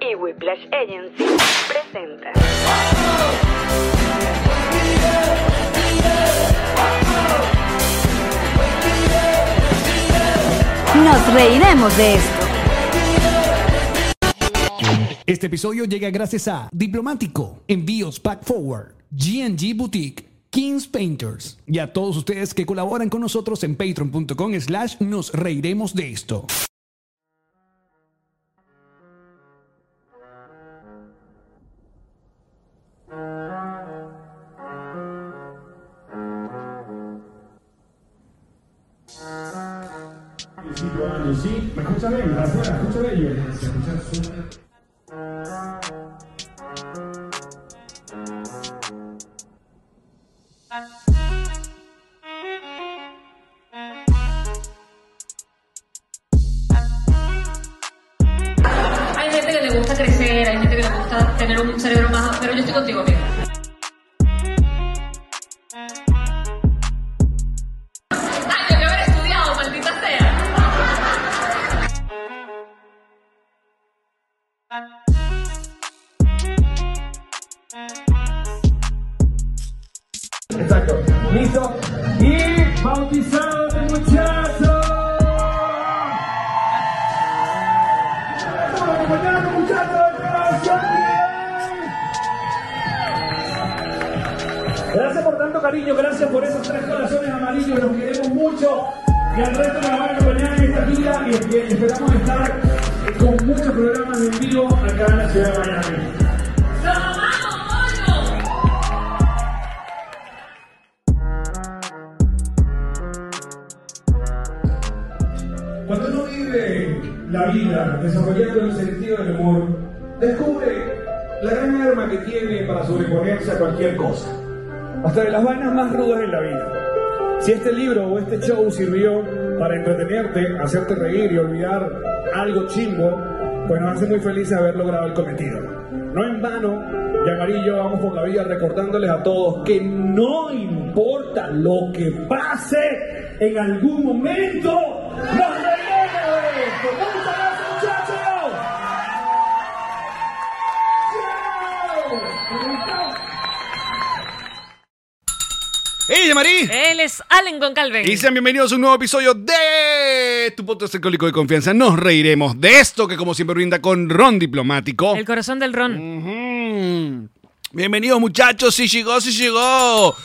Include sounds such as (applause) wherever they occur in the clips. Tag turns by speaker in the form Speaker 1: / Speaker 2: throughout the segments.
Speaker 1: y Whiplash Agency presenta
Speaker 2: Nos reiremos de esto.
Speaker 3: Este episodio llega gracias a Diplomático, Envíos Pack Forward, GNG Boutique, Kings Painters y a todos ustedes que colaboran con nosotros en patreon.com slash nos reiremos de esto.
Speaker 4: principio de año, ¿sí? ¿Me escucha bien? Afuera, escucha bello. Se escucha súper.
Speaker 5: Hay gente que le gusta crecer, hay gente que le gusta tener un cerebro más, pero yo estoy contigo, mira. Ay, debí haber estudiado, maldita sea.
Speaker 4: Exacto. Listo. Y bautizado de muchacho. Vamos, compañeros, muchachos. Gracias. Gracias por tanto cariño, gracias por esos tres corazones amarillos, los queremos mucho. Y al resto nos van a acompañar en esta gira y esp- esperamos estar eh, con muchos programas en vivo acá en la ciudad de Miami.
Speaker 5: ¡Lo amamos, coño!
Speaker 4: Cuando uno vive la vida desarrollando el sentido del humor, descubre la gran arma que tiene para sobreponerse a cualquier cosa, hasta de las vainas más rudas de la vida. Si este libro o este show sirvió para entretenerte, hacerte reír y olvidar algo chimbo, pues nos hace muy felices haber logrado el cometido. No en vano, Yamarillo vamos por la vida recordándoles a todos que no importa lo que pase, en algún momento nos reiremos de esto. ¡Muchas gracias, muchachos! ¡Chao! ¿Cómo están?
Speaker 6: ¡Hey, Marí!
Speaker 7: Él es Allen Goncalves.
Speaker 6: Y sean bienvenidos a un nuevo episodio de tu podcast alcohólico de confianza. Nos reiremos de esto que como siempre brinda con Ron Diplomático.
Speaker 7: El corazón del
Speaker 6: Mm,
Speaker 7: ron.
Speaker 6: Ujú. Bienvenidos muchachos, si llegó, si llegó.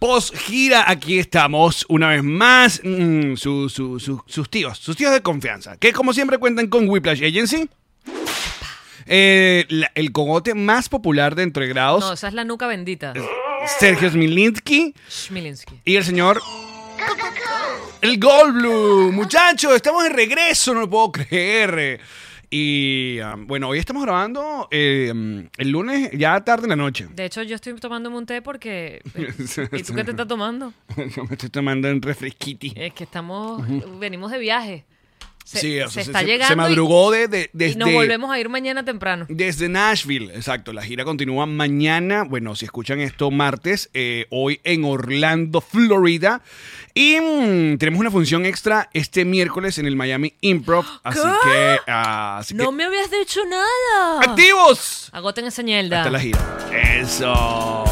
Speaker 6: Post gira, aquí estamos una vez más. Mm, su- su- su- sus tíos, sus tíos de confianza, que como siempre cuentan con Whiplash Agency. Eh, la- el cogote más popular de Entre Grados,
Speaker 7: No, esa es la nuca bendita.
Speaker 6: Sergio Smilinski.
Speaker 7: Schmilinski.
Speaker 6: Y el señor. El Goldblum. Muchachos, estamos de regreso, no lo puedo creer. Y ah, bueno, hoy estamos grabando eh, el lunes, ya tarde en la noche.
Speaker 7: De hecho, yo estoy tomándome un té porque. eh, ¿Y tú qué te estás tomando?
Speaker 6: (laughs) Yo me estoy tomando un refresquiti.
Speaker 7: Es que estamos. Venimos de viaje. Se,
Speaker 6: Sí, o sea,
Speaker 7: se está
Speaker 6: se-
Speaker 7: llegando.
Speaker 6: Se
Speaker 7: y-
Speaker 6: madrugó este de, de-
Speaker 7: Y,
Speaker 6: desde,
Speaker 7: nos volvemos a ir mañana temprano.
Speaker 6: desde Nashville. Exacto, la gira continúa mañana. Bueno, si escuchan esto martes, eh, hoy en Orlando, Florida. Y mm, tenemos una función extra este miércoles en el Miami
Speaker 7: (gasps)
Speaker 6: Improv. Así
Speaker 7: ¿Qué?
Speaker 6: que. ah, así que-
Speaker 7: No me habías dicho nada.
Speaker 6: ¡Activos!
Speaker 7: Agoten esa ñelda.
Speaker 6: Hasta la gira. Eso.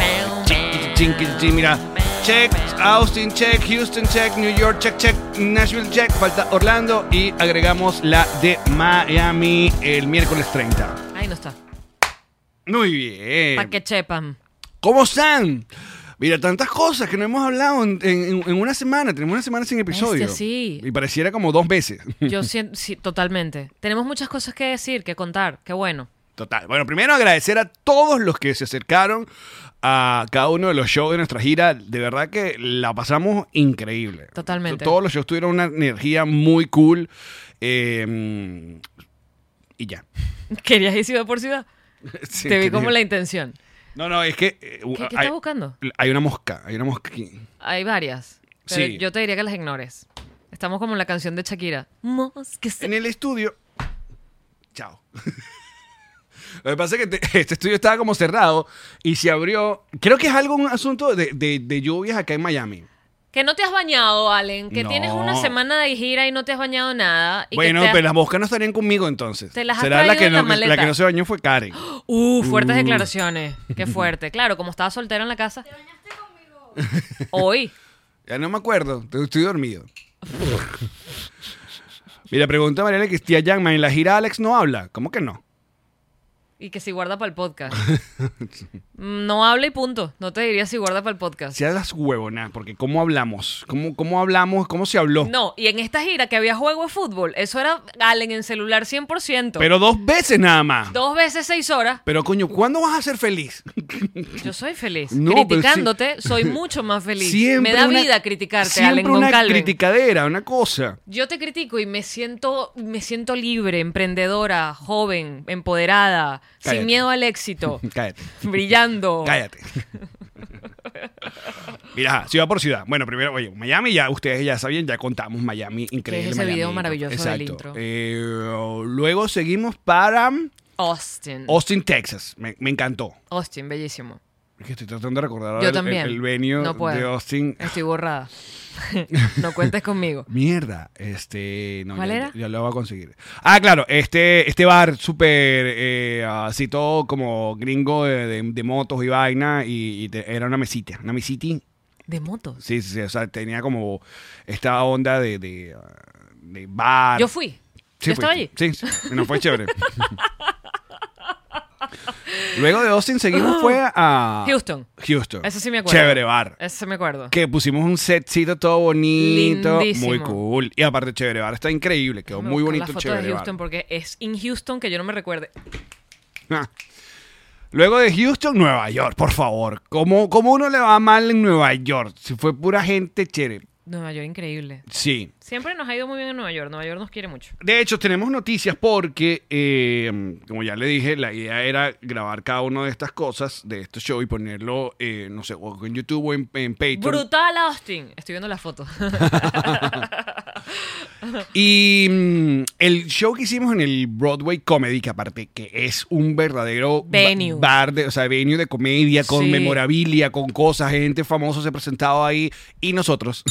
Speaker 6: Chin, chin, chin, chin, mira. Check, Austin, check, Houston, check, New York, check, check, Nashville, check. Falta Orlando y agregamos la de Miami el miércoles 30.
Speaker 7: Ahí no está.
Speaker 6: Muy bien.
Speaker 7: Para que chepan.
Speaker 6: ¿Cómo están? Mira, tantas cosas que no hemos hablado en, en- en una semana. Tenemos una semana sin episodio.
Speaker 7: Bestia, sí.
Speaker 6: Y pareciera como dos veces. (laughs)
Speaker 7: Yo siento. Sí, totalmente. Tenemos muchas cosas que decir, que contar. Qué bueno. (laughs)
Speaker 6: Total. Bueno, primero agradecer a todos los que se acercaron a cada uno de los shows de nuestra gira. De verdad que la pasamos increíble.
Speaker 7: Totalmente.
Speaker 6: Todos los shows tuvieron una energía muy cool. Eh, y ya. (laughs)
Speaker 7: ¿Querías ir ciudad por ciudad?
Speaker 6: Sí,
Speaker 7: Te vi
Speaker 6: quería-
Speaker 7: como la intención.
Speaker 6: No, no, es que... eh,
Speaker 7: ¿Qué, qué
Speaker 6: hay,
Speaker 7: estás buscando?
Speaker 6: hay una mosca, hay una mosca aquí.
Speaker 7: Hay varias. Pero
Speaker 6: Sí.
Speaker 7: yo te diría que las ignores. Estamos como en la canción de Shakira. Mosques.
Speaker 6: En el estudio... Chao. (laughs) Lo que pasa es que te- este estudio estaba como cerrado y se abrió... Creo que es algo, un asunto de, de- de lluvias acá en Miami.
Speaker 7: Que no te has bañado, Allen. Que
Speaker 6: No.
Speaker 7: tienes una semana de gira y no te has bañado nada. Y que
Speaker 6: bueno,
Speaker 7: te has-
Speaker 6: pero las moscas no estarían conmigo entonces.
Speaker 7: Te las has
Speaker 6: Será la
Speaker 7: traído
Speaker 6: que,
Speaker 7: en
Speaker 6: no,
Speaker 7: la maleta.
Speaker 6: la que no se bañó fue
Speaker 7: (gasps)
Speaker 6: Karen.
Speaker 7: Uh,
Speaker 6: (laughs)
Speaker 7: fuertes declaraciones. Qué fuerte. Claro, como estaba soltera en la casa. ¿Te bañaste conmigo? Hoy.
Speaker 6: Ya no me acuerdo, te- estoy dormido. (laughs) Mira, pregunta Mariana que tía Yangman, en la gira Alex no habla. ¿Cómo que no?
Speaker 7: Y que si guarda para
Speaker 6: (laughs)
Speaker 7: el podcast. Mm, No habla y punto. No te diría si guarda para el podcast.
Speaker 6: Si hablas huevonas, porque ¿cómo hablamos? ¿Cómo, ¿Cómo hablamos? ¿Cómo se habló?
Speaker 7: (laughs) No, y en esta gira que había juego de fútbol, eso era Allen en celular 100%.
Speaker 6: Pero dos veces nada más.
Speaker 7: Dos veces seis horas,
Speaker 6: Pero coño, ¿cuándo vas a ser feliz?
Speaker 7: yo soy feliz.
Speaker 6: No, pero (laughs)
Speaker 7: Criticándote, soy mucho más feliz.
Speaker 6: Siempre
Speaker 7: Me da
Speaker 6: una-
Speaker 7: vida criticarte,
Speaker 6: Siempre
Speaker 7: Allen
Speaker 6: una
Speaker 7: Goncalves.
Speaker 6: criticadera, una cosa.
Speaker 7: Yo te critico y me siento, me siento libre, emprendedora, joven, empoderada,
Speaker 6: Cállate.
Speaker 7: sin miedo al éxito,
Speaker 6: (laughs) Cállate.
Speaker 7: brillando. (laughs)
Speaker 6: Cállate. Mira, ciudad por ciudad. Bueno, primero, oye, Miami ya, ustedes ya sabían, ya contamos Miami, increíble.
Speaker 7: ese
Speaker 6: Miami.
Speaker 7: video maravilloso del intro.
Speaker 6: Eh, luego seguimos para
Speaker 7: Austin.
Speaker 6: Austin, Texas. Me, me encantó.
Speaker 7: Austin, bellísimo.
Speaker 6: Es que estoy tratando de recordar ahora
Speaker 7: Yo
Speaker 6: Ah, el-
Speaker 7: también.
Speaker 6: el, el venue
Speaker 7: No puedo.
Speaker 6: de Austin. (laughs)
Speaker 7: Estoy borrada. no cuentes conmigo.
Speaker 6: Mierda, este. No,
Speaker 7: ¿Cuál
Speaker 6: ya,
Speaker 7: era?
Speaker 6: ya- ya lo voy a conseguir. Ah, claro, este, este bar súper. eh, así todo como gringo de, de- de motos y vaina. Y, y te- era una mesita, una mesita
Speaker 7: De motos.
Speaker 6: Sí, sí, sí, o sea, tenía como esta onda de, de, ah, de bar.
Speaker 7: Yo fui.
Speaker 6: Sí,
Speaker 7: yo estaba allí.
Speaker 6: fuiste. Sí, sí, no fue
Speaker 7: (laughs)
Speaker 6: chévere. Luego de Austin seguimos fue a
Speaker 7: Ah. Houston.
Speaker 6: Houston.
Speaker 7: Ese sí me acuerdo.
Speaker 6: Chévere bar.
Speaker 7: Ese me acuerdo.
Speaker 6: Que pusimos un setcito todo bonito,
Speaker 7: Lindísimo.
Speaker 6: muy cool. Y aparte Chévere Bar está increíble, quedó
Speaker 7: Déjame
Speaker 6: muy
Speaker 7: buscar
Speaker 6: bonito
Speaker 7: la foto
Speaker 6: Chévere
Speaker 7: de Houston
Speaker 6: Bar.
Speaker 7: porque es en Houston que yo no me recuerde.
Speaker 6: Ah. Luego de Houston, Nueva York, por favor. ¿Cómo, ¿Cómo uno le va mal en Nueva York? Si fue pura gente chévere.
Speaker 7: Nueva York, increíble.
Speaker 6: Sí,
Speaker 7: Siempre nos ha ido muy bien en Nueva York. Nueva York nos quiere mucho.
Speaker 6: De hecho, tenemos noticias porque, eh, como ya le dije, la idea era grabar cada una de estas cosas, de estos shows, y ponerlo, eh, no sé, o en YouTube o en, en Patreon.
Speaker 7: Brutal Austin. Estoy viendo
Speaker 6: (laughs)
Speaker 7: la foto.
Speaker 6: Y mm, el show que hicimos en el Broadway Comedy, que aparte que es un verdadero ba-
Speaker 7: Venue.
Speaker 6: bar, de, o sea, venue de comedia, con
Speaker 7: Sí.
Speaker 6: memorabilia, con cosas, gente famosa se presentaba ahí y
Speaker 7: (laughs)
Speaker 6: nosotros.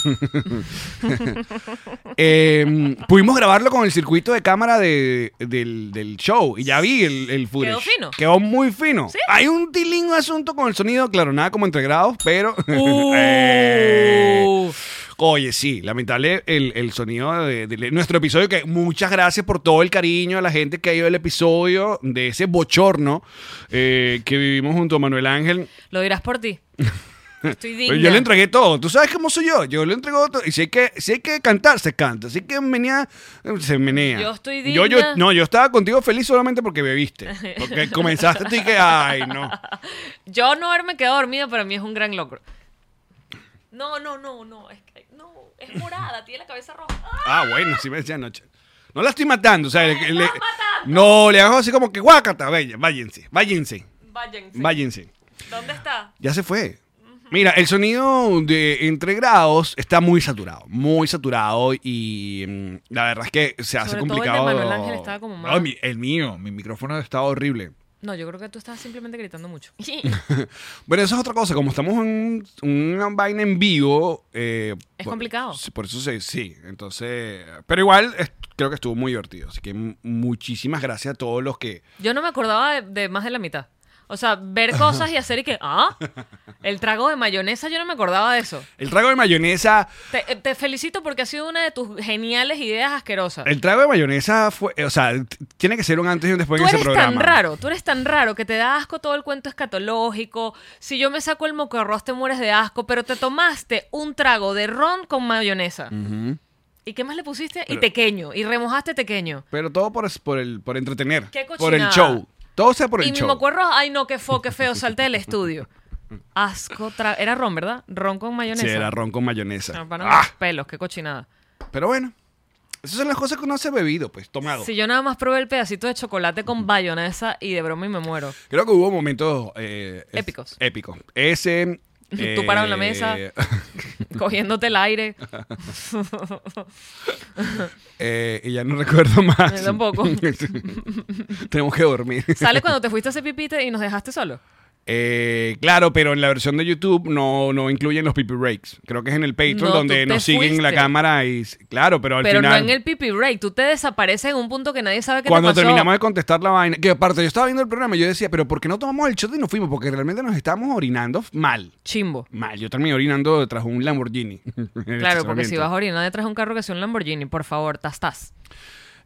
Speaker 6: Eh, pudimos grabarlo con el circuito de cámara de- del, del show y ya vi el, el footage.
Speaker 7: Quedó fino.
Speaker 6: Quedó muy fino. Hay un tilingo asunto con el sonido, claro, nada como entre grados, pero... (laughs) Eh.
Speaker 7: Uh.
Speaker 6: Oye, sí, lamentable el, el sonido de, de- de nuestro episodio, que muchas gracias por todo el cariño a la gente que ha ido el episodio de ese bochorno eh, que vivimos junto a Manuel Ángel.
Speaker 7: Lo dirás por ti.
Speaker 6: (laughs)
Speaker 7: Estoy digna.
Speaker 6: Yo le entregué todo, tú sabes cómo soy yo, yo le entrego todo, y si hay que, si hay que cantar, se canta, si hay que menear, eh, se menea.
Speaker 7: Yo estoy
Speaker 6: Yo, yo-
Speaker 7: digna.
Speaker 6: no, yo estaba contigo feliz solamente porque bebiste, porque
Speaker 7: (laughs)
Speaker 6: comenzaste tú y que, ay, no.
Speaker 7: Yo no haberme quedado dormida para mí es un gran logro. No, no, no, no. Es que no. Es morada. Tiene la cabeza roja. ¡Ah!
Speaker 6: Ah, bueno, sí me decía anoche. No la estoy matando, o sea,
Speaker 7: (laughs)
Speaker 6: le- le- no, le hago así como que guácata, vaya, váyanse, váyanse.
Speaker 7: Váyanse.
Speaker 6: Váyanse.
Speaker 7: ¿Dónde está?
Speaker 6: Ya se fue. Mira, el sonido de entre grados está muy saturado, muy saturado y mm, la verdad es que se hace
Speaker 7: Sobre todo el de
Speaker 6: complicado.
Speaker 7: Manuel Ángel estaba como
Speaker 6: No,
Speaker 7: mal.
Speaker 6: mi- el mío, mi micrófono estaba horrible.
Speaker 7: No, yo creo que tú estabas simplemente gritando (laughs) mucho.
Speaker 6: Bueno, eso es otra cosa, como estamos en un- una vaina en vivo... eh,
Speaker 7: Es
Speaker 6: por-
Speaker 7: complicado.
Speaker 6: sí, Por eso se- sí, entonces... Pero igual es- creo que estuvo muy divertido, así que m- muchísimas gracias a todos los que...
Speaker 7: Yo no me acordaba de, de más de la mitad. O sea, ver cosas y hacer y que, ah, el trago de mayonesa, yo no me acordaba de eso.
Speaker 6: El trago de mayonesa...
Speaker 7: Te, eh, te felicito porque ha sido una de tus geniales ideas asquerosas.
Speaker 6: El trago de mayonesa fue... O sea, t- tiene que ser un antes y un después
Speaker 7: Tú
Speaker 6: en ese
Speaker 7: eres
Speaker 6: programa.
Speaker 7: tan raro, tú eres tan raro que te da asco todo el cuento escatológico. Si yo me saco el mocorroz te mueres de asco, pero te tomaste un trago de ron con mayonesa.
Speaker 6: Mm.
Speaker 7: ¿Y qué más le pusiste? y tequeño, y remojaste tequeño.
Speaker 6: Pero todo por, por, el, por entretener.
Speaker 7: ¿Qué
Speaker 6: por el
Speaker 7: cochinada?
Speaker 6: show. Todo sea por el
Speaker 7: Y mi
Speaker 6: show.
Speaker 7: mocoarroz, ay no, qué fo, qué feo, salte
Speaker 6: (laughs)
Speaker 7: del estudio. Asco, tra- era ron, ¿verdad? Ron con mayonesa.
Speaker 6: Sí, era ron con mayonesa.
Speaker 7: No, para
Speaker 6: Ah,
Speaker 7: los pelos, qué cochinada.
Speaker 6: pero bueno, esas son las cosas que uno hace bebido, pues, tomado.
Speaker 7: Si yo nada más probé el pedacito de chocolate con bayonesa y de broma y
Speaker 6: (laughs)
Speaker 7: me muero.
Speaker 6: Creo que hubo momentos... eh, es-
Speaker 7: Épicos.
Speaker 6: Épicos. Ese...
Speaker 7: (laughs) Tú parado en la mesa. Cogiéndote el aire.
Speaker 6: (laughs) eh, y ya no recuerdo (laughs) más.
Speaker 7: Yo tampoco.
Speaker 6: Tenemos que dormir. (laughs)
Speaker 7: Sale cuando te fuiste a ese pipite y nos dejaste solo.
Speaker 6: Eh, claro, pero en la versión de YouTube no, no incluyen los pipi breaks. Creo que es en el Patreon
Speaker 7: No,
Speaker 6: donde
Speaker 7: tú te
Speaker 6: nos siguen la
Speaker 7: fuiste.
Speaker 6: cámara y claro, pero al
Speaker 7: Pero
Speaker 6: final
Speaker 7: no en el pipi break. Tú te desapareces en un punto que nadie sabe qué
Speaker 6: cuando
Speaker 7: te pasó.
Speaker 6: terminamos de contestar la vaina, que aparte yo estaba viendo el programa y yo decía, pero ¿por qué no tomamos el shot y nos fuimos? Porque realmente nos estábamos orinando mal.
Speaker 7: Chimbo.
Speaker 6: Mal, yo terminé orinando detrás de un Lamborghini.
Speaker 7: (laughs)
Speaker 6: en este el
Speaker 7: Claro, porque si
Speaker 6: estacionamiento.
Speaker 7: vas a orinar detrás de un carro que sea un Lamborghini, por favor, tastas.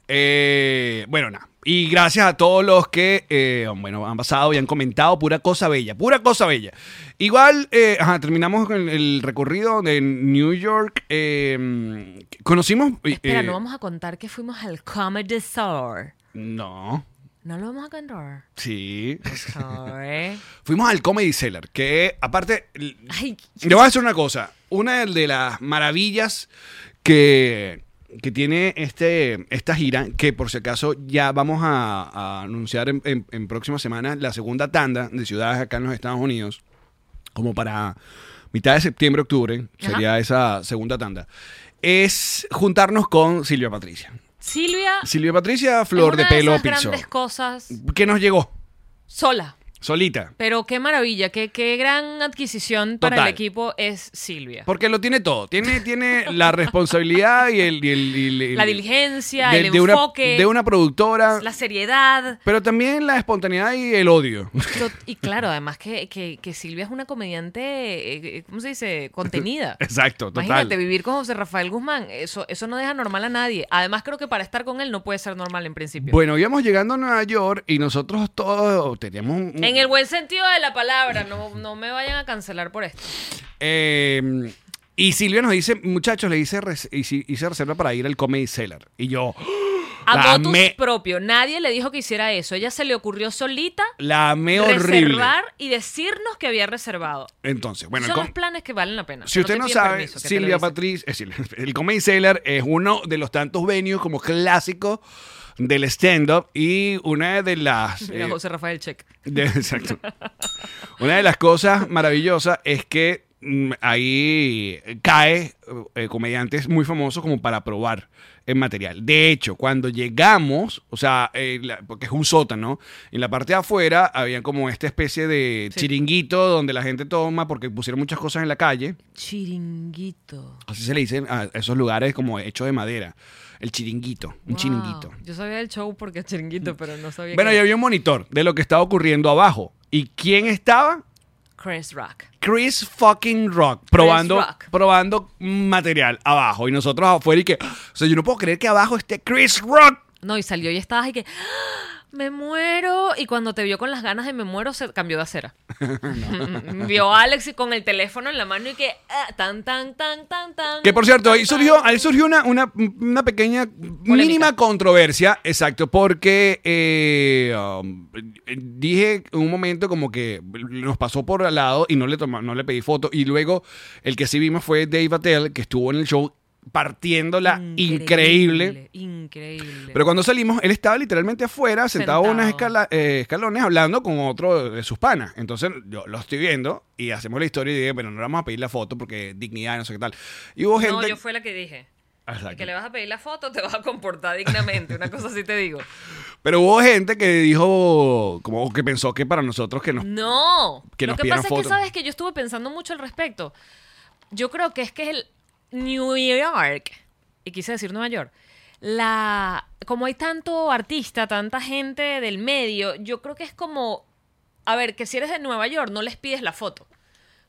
Speaker 6: Eh, bueno, nada. Y gracias a todos los que eh, bueno, han pasado y han comentado. Pura cosa bella, pura cosa bella. Igual, eh, ajá, terminamos con el, el recorrido de New York. eh, conocimos.
Speaker 7: Espera,
Speaker 6: eh,
Speaker 7: no vamos a contar que fuimos al Comedy Store.
Speaker 6: no,
Speaker 7: No lo vamos a contar.
Speaker 6: sí. (laughs)
Speaker 7: Sorry.
Speaker 6: Fuimos al Comedy Cellar, que aparte. l-
Speaker 7: Ay,
Speaker 6: Le voy a decir una cosa. Una de las maravillas que, que tiene este, esta gira, que por si acaso ya vamos a, a anunciar en, en- en próxima semana la segunda tanda de ciudades acá en los Estados Unidos, como para mitad de septiembre, octubre, sería esa segunda tanda, es juntarnos con Silvia Patricia.
Speaker 7: Silvia.
Speaker 6: Silvia Patricia, flor
Speaker 7: es una
Speaker 6: de pelo,
Speaker 7: de esas
Speaker 6: pizzo.
Speaker 7: grandes cosas
Speaker 6: Que nos llegó
Speaker 7: sola.
Speaker 6: solita.
Speaker 7: Pero qué maravilla, qué, qué gran adquisición para
Speaker 6: Total.
Speaker 7: el equipo es Silvia.
Speaker 6: Porque lo tiene todo. Tiene, tiene la responsabilidad y el. y el- y el-
Speaker 7: la diligencia,
Speaker 6: de,
Speaker 7: el
Speaker 6: de una,
Speaker 7: enfoque,
Speaker 6: de una productora.
Speaker 7: la seriedad.
Speaker 6: Pero también la espontaneidad y el odio. (laughs)
Speaker 7: Tot- Y claro, además que, que- que Silvia es una comediante, eh, eh, ¿cómo se dice? Contenida.
Speaker 6: (laughs) Exacto, total.
Speaker 7: Imagínate, vivir con José Rafael Guzmán, eso, eso no deja normal a nadie. Además, creo que para estar con él no puede ser normal en principio.
Speaker 6: Bueno, íbamos llegando a Nueva York y nosotros todos teníamos un- un-
Speaker 7: en el buen sentido de la palabra, no, no me vayan a cancelar por esto.
Speaker 6: Eh, y Silvia nos dice, muchachos, le hice, res- hice hice reserva para ir al Comedy Cellar. Y yo, la
Speaker 7: A motus
Speaker 6: amé,
Speaker 7: propio, nadie le dijo que hiciera eso. Ella se le ocurrió solita
Speaker 6: la amé horrible.
Speaker 7: reservar y decirnos que había reservado.
Speaker 6: Entonces, bueno, el
Speaker 7: Son
Speaker 6: com-
Speaker 7: los planes que valen la pena.
Speaker 6: Si
Speaker 7: que
Speaker 6: usted
Speaker 7: te
Speaker 6: no
Speaker 7: piden
Speaker 6: sabe,
Speaker 7: permiso, que te lo
Speaker 6: Silvia (laughs)
Speaker 7: dicen.
Speaker 6: Patricia, el Comedy Cellar es uno de los tantos venues como clásico del stand-up y una de las...
Speaker 7: (laughs) Mira,
Speaker 6: eh,
Speaker 7: José Rafael Check.
Speaker 6: de- exacto. Una de las cosas maravillosas es que mm, ahí cae eh, comediantes muy famosos como para probar el material. De hecho, cuando llegamos, o sea, eh, la- porque es un sótano, en la parte de afuera había como esta especie de
Speaker 7: Sí.
Speaker 6: chiringuito donde la gente toma porque pusieron muchas cosas en la calle.
Speaker 7: Chiringuito.
Speaker 6: Así se le dicen a esos lugares como hechos de madera. El chiringuito, un
Speaker 7: Wow.
Speaker 6: chiringuito.
Speaker 7: Yo sabía del show porque es chiringuito, pero no sabía
Speaker 6: Bueno,
Speaker 7: que
Speaker 6: y había un monitor de lo que estaba ocurriendo abajo. ¿Y quién estaba?
Speaker 7: Chris Rock.
Speaker 6: Chris fucking Rock probando,
Speaker 7: Rock.
Speaker 6: probando material abajo. Y nosotros afuera y que, "Ah, o sea, yo no puedo creer que abajo esté Chris Rock.
Speaker 7: No, y salió y estabas y que ¡Ah! me muero. Y cuando te vio con las ganas de me muero, se cambió
Speaker 6: (laughs)
Speaker 7: de acera. vio a Alex y con el teléfono en la mano y que ah, tan, tan, tan, tan, tan.
Speaker 6: Que por cierto,
Speaker 7: tan,
Speaker 6: ahí surgió,
Speaker 7: tan.
Speaker 6: ahí surgió una, una, una pequeña, mínima controversia, exacto, porque eh, um, dije en un momento como que nos pasó por al lado y no le, toma- no le pedí foto. Y luego el que sí vimos fue Dave Attell, que estuvo en el show partiéndola increíble.
Speaker 7: Increíble. increíble.
Speaker 6: Pero cuando salimos, él estaba literalmente afuera, sentado, a unos
Speaker 7: Sentado.
Speaker 6: escala- eh, escalones, hablando con otro de sus panas. Entonces yo lo estoy viendo y hacemos la historia y dije, pero no le vamos a pedir la foto porque dignidad, no sé qué tal. Y hubo gente...
Speaker 7: No, yo fue la que dije.
Speaker 6: Exacto.
Speaker 7: Que le vas a pedir la foto, te vas a comportar dignamente. Una cosa así te
Speaker 6: (laughs)
Speaker 7: digo.
Speaker 6: Pero hubo gente que dijo, como que pensó que para nosotros que nos...
Speaker 7: No.
Speaker 6: Que
Speaker 7: Lo
Speaker 6: nos
Speaker 7: que
Speaker 6: pidan
Speaker 7: pasa es
Speaker 6: fotos.
Speaker 7: que sabes que yo estuve pensando mucho al respecto. Yo creo que es que es el New York, y quise decir Nueva York, la como hay tanto artista, tanta gente del medio, yo creo que es como, a ver, que si eres de Nueva York no les pides la foto.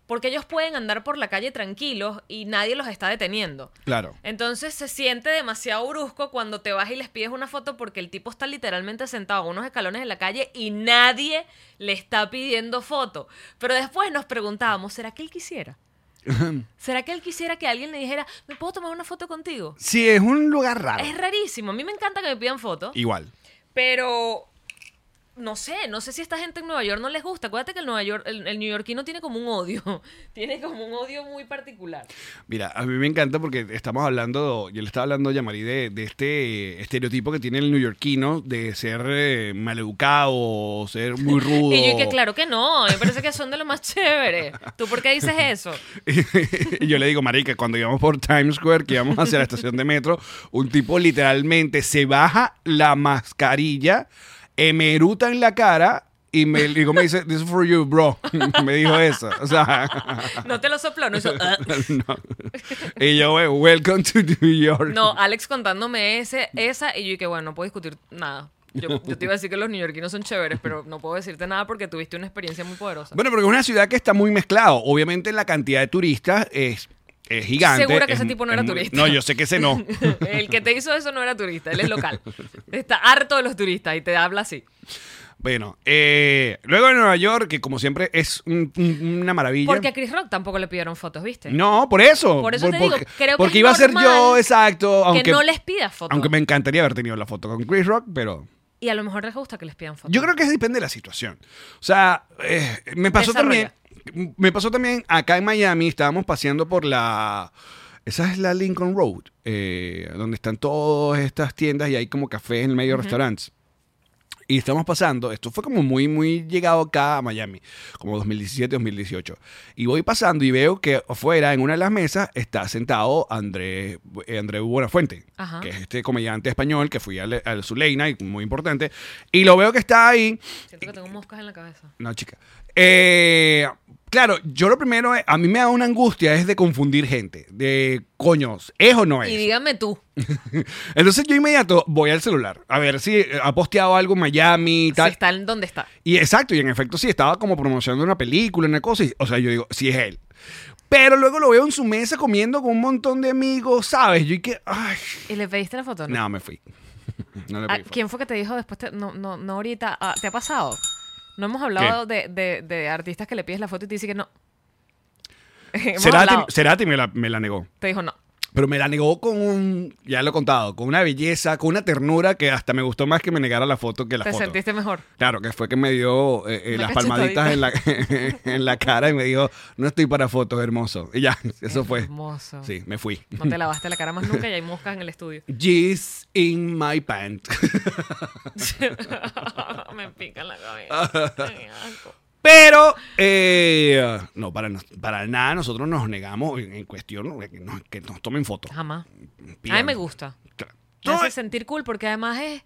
Speaker 7: Porque ellos pueden andar por la calle tranquilos y nadie los está deteniendo.
Speaker 6: Claro.
Speaker 7: Entonces se siente demasiado brusco cuando te vas y les pides una foto porque el tipo está literalmente sentado a unos escalones en la calle y nadie le está pidiendo foto. Pero después nos preguntábamos, ¿será que él quisiera? ¿Será que él quisiera que alguien le dijera, ¿me puedo tomar una foto contigo?
Speaker 6: Sí, es un lugar raro.
Speaker 7: Es rarísimo, a mí me encanta que me pidan fotos,
Speaker 6: Igual.
Speaker 7: pero no sé, no sé si a esta gente en Nueva York no les gusta. Acuérdate que el Nueva York, el, el neoyorquino tiene como un odio. (laughs) Tiene como un odio muy particular.
Speaker 6: Mira, a mí me encanta porque estamos hablando, yo le estaba hablando a Yamari de, de este eh, estereotipo que tiene el neoyorquino de ser eh, maleducado o ser muy rudo.
Speaker 7: (laughs) Y yo que claro que no, me parece que son de lo más chévere. ¿Tú por qué dices eso?
Speaker 6: (laughs) y yo le digo, marica, cuando íbamos por Times Square, que íbamos hacia la estación de metro, un tipo literalmente se baja la mascarilla, emeruta en la cara y me, digo, me dice, this is for you, bro. (laughs) me dijo eso. O sea, (laughs)
Speaker 7: No te lo sopló, no hizo, "Ah".
Speaker 6: no. Y yo, "Well, welcome to New York.
Speaker 7: No, Alex contándome ese, esa, y yo que bueno, no puedo discutir nada. Yo, yo te iba a decir que los neoyorquinos son chéveres, pero no puedo decirte nada porque tuviste una experiencia muy poderosa.
Speaker 6: Bueno, porque es una ciudad que está muy mezclado. Obviamente la cantidad de turistas es, es gigante.
Speaker 7: Segura que
Speaker 6: es-
Speaker 7: ese tipo no era
Speaker 6: es muy-
Speaker 7: turista.
Speaker 6: No, yo sé que ese no.
Speaker 7: (laughs) el que te hizo eso no era turista, él es local. Está harto de los turistas y te habla así.
Speaker 6: bueno, eh, luego en Nueva York, que como siempre es un- un- una maravilla.
Speaker 7: Porque a Chris Rock tampoco le pidieron fotos, ¿viste?
Speaker 6: No, por eso.
Speaker 7: Por eso te digo,
Speaker 6: porque,
Speaker 7: creo que
Speaker 6: porque
Speaker 7: es
Speaker 6: iba a ser yo,
Speaker 7: normal
Speaker 6: exacto. Aunque,
Speaker 7: que no les pidas fotos.
Speaker 6: aunque me encantaría haber tenido la foto con Chris Rock, pero.
Speaker 7: Y a lo mejor les gusta que les pidan fotos.
Speaker 6: Yo creo que depende de la situación. O sea, eh, me pasó
Speaker 7: Desarrolla.
Speaker 6: también. Me pasó también acá en Miami, estábamos paseando por la. Esa es la Lincoln Road, eh, donde están todas estas tiendas y hay como cafés en el medio de restaurantes. Y estamos pasando, esto fue como muy, muy llegado acá a Miami, como 2017, 2018. Y voy pasando y veo que afuera, en una de las mesas, está sentado Andrés eh, Andrés Buenafuente,
Speaker 7: Ajá.
Speaker 6: que es este comediante español que fui al, al Zuleina, y muy importante. Y lo veo que está ahí.
Speaker 7: Siento que tengo moscas en la cabeza.
Speaker 6: No, chica. Eh, claro, yo lo primero, es- a mí me da una angustia es de confundir gente, de coños, ¿es o no es?
Speaker 7: Y dígame tú.
Speaker 6: Entonces yo inmediato voy al celular, a ver si eh, ha posteado algo en Miami y
Speaker 7: Si
Speaker 6: tal.
Speaker 7: está en donde está.
Speaker 6: Y exacto, y en efecto sí, estaba como promocionando una película, una cosa, y- o sea, yo digo, sí es él. Pero luego lo veo en su mesa comiendo con un montón de amigos, ¿sabes? Yo y que, ay,
Speaker 7: ¿Y le pediste la foto? o no?
Speaker 6: no, me fui. (laughs) No le
Speaker 7: Ah,
Speaker 6: pedí foto.
Speaker 7: ¿Quién fue que te dijo después? te- no, no, no ahorita. Ah, ¿Te ha pasado? No hemos hablado de, de- de artistas que le pides la foto y te dice que no. (laughs) Hemos
Speaker 6: Cerati,
Speaker 7: hablado.
Speaker 6: Cerati me la- me la negó.
Speaker 7: Te dijo no.
Speaker 6: Pero me la negó con un, ya lo he contado, con una belleza, con una ternura que hasta me gustó más que me negara la foto que la
Speaker 7: te
Speaker 6: foto.
Speaker 7: sentiste mejor.
Speaker 6: Claro, que fue que me dio eh, eh,
Speaker 7: Una
Speaker 6: las palmaditas en la, (laughs) en la cara y me dijo, no estoy para fotos, hermoso. Y ya, eso fue.
Speaker 7: Hermoso.
Speaker 6: Sí, me fui.
Speaker 7: No te lavaste la cara más nunca y
Speaker 6: (laughs)
Speaker 7: hay moscas en el estudio. (laughs)
Speaker 6: G's in my pants.
Speaker 7: Me pica la cabeza.
Speaker 6: (laughs)
Speaker 7: Qué asco.
Speaker 6: Pero, eh, no, para, nos- para nada nosotros nos negamos en, en cuestión de que nos, que nos tomen fotos.
Speaker 7: Jamás. A mí
Speaker 6: Pidan.
Speaker 7: me gusta.
Speaker 6: Claro.
Speaker 7: Me
Speaker 6: No,
Speaker 7: hace sentir cool porque además es.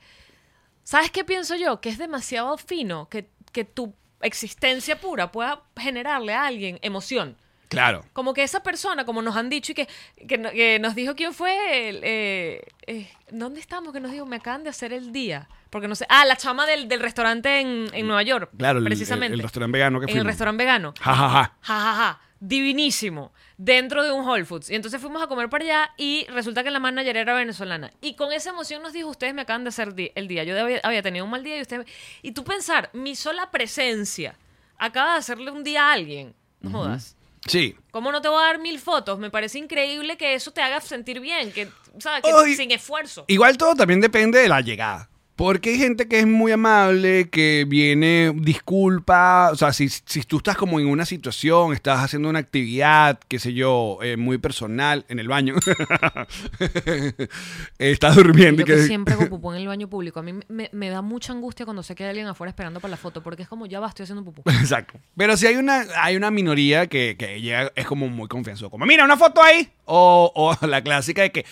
Speaker 7: ¿Sabes qué pienso yo? Que es demasiado fino que, que tu existencia pura pueda generarle a alguien emoción.
Speaker 6: Claro.
Speaker 7: Como que esa persona, como nos han dicho y que, que no- que nos dijo quién fue, el, eh, eh, ¿dónde estamos? Que nos dijo, me acaban de hacer el día. Porque no sé. Ah, la chama del, del restaurante en, en Nueva York.
Speaker 6: Claro, el- el-
Speaker 7: precisamente.
Speaker 6: el restaurante vegano que
Speaker 7: En el
Speaker 6: fuimos.
Speaker 7: restaurante vegano
Speaker 6: Ja, ja, ja.
Speaker 7: ja, ja, ja, divinísimo, dentro de un Whole Foods. Y entonces fuimos a comer para allá y resulta que la manager era venezolana. Y con esa emoción nos dijo, ustedes me acaban de hacer di- el día. Yo de- había, había tenido un mal día y ustedes... Y tú pensar, mi sola presencia acaba de hacerle un día a alguien. No jodas.
Speaker 6: Sí.
Speaker 7: ¿Cómo no te voy a dar mil fotos? Me parece increíble que eso te haga sentir bien, que, ¿sabes? (laughs) Que
Speaker 6: Ay.
Speaker 7: sin esfuerzo.
Speaker 6: Igual todo también depende de la llegada. Porque hay gente que es muy amable, que viene, disculpa, o sea, si, si tú estás como en una situación, estás haciendo una actividad, qué sé yo, eh, muy personal, en el baño, (laughs) estás durmiendo
Speaker 7: Yo
Speaker 6: y
Speaker 7: que
Speaker 6: que...
Speaker 7: siempre hago pupú en el baño público. A mí me, me da mucha angustia cuando sé que hay alguien afuera esperando para la foto, porque es como, ya va, estoy haciendo pupú.
Speaker 6: (laughs) Exacto. Pero si hay una, hay una minoría que, que llega, es como muy confianzuda, como, mira, una foto ahí, o, o (laughs) la clásica de que,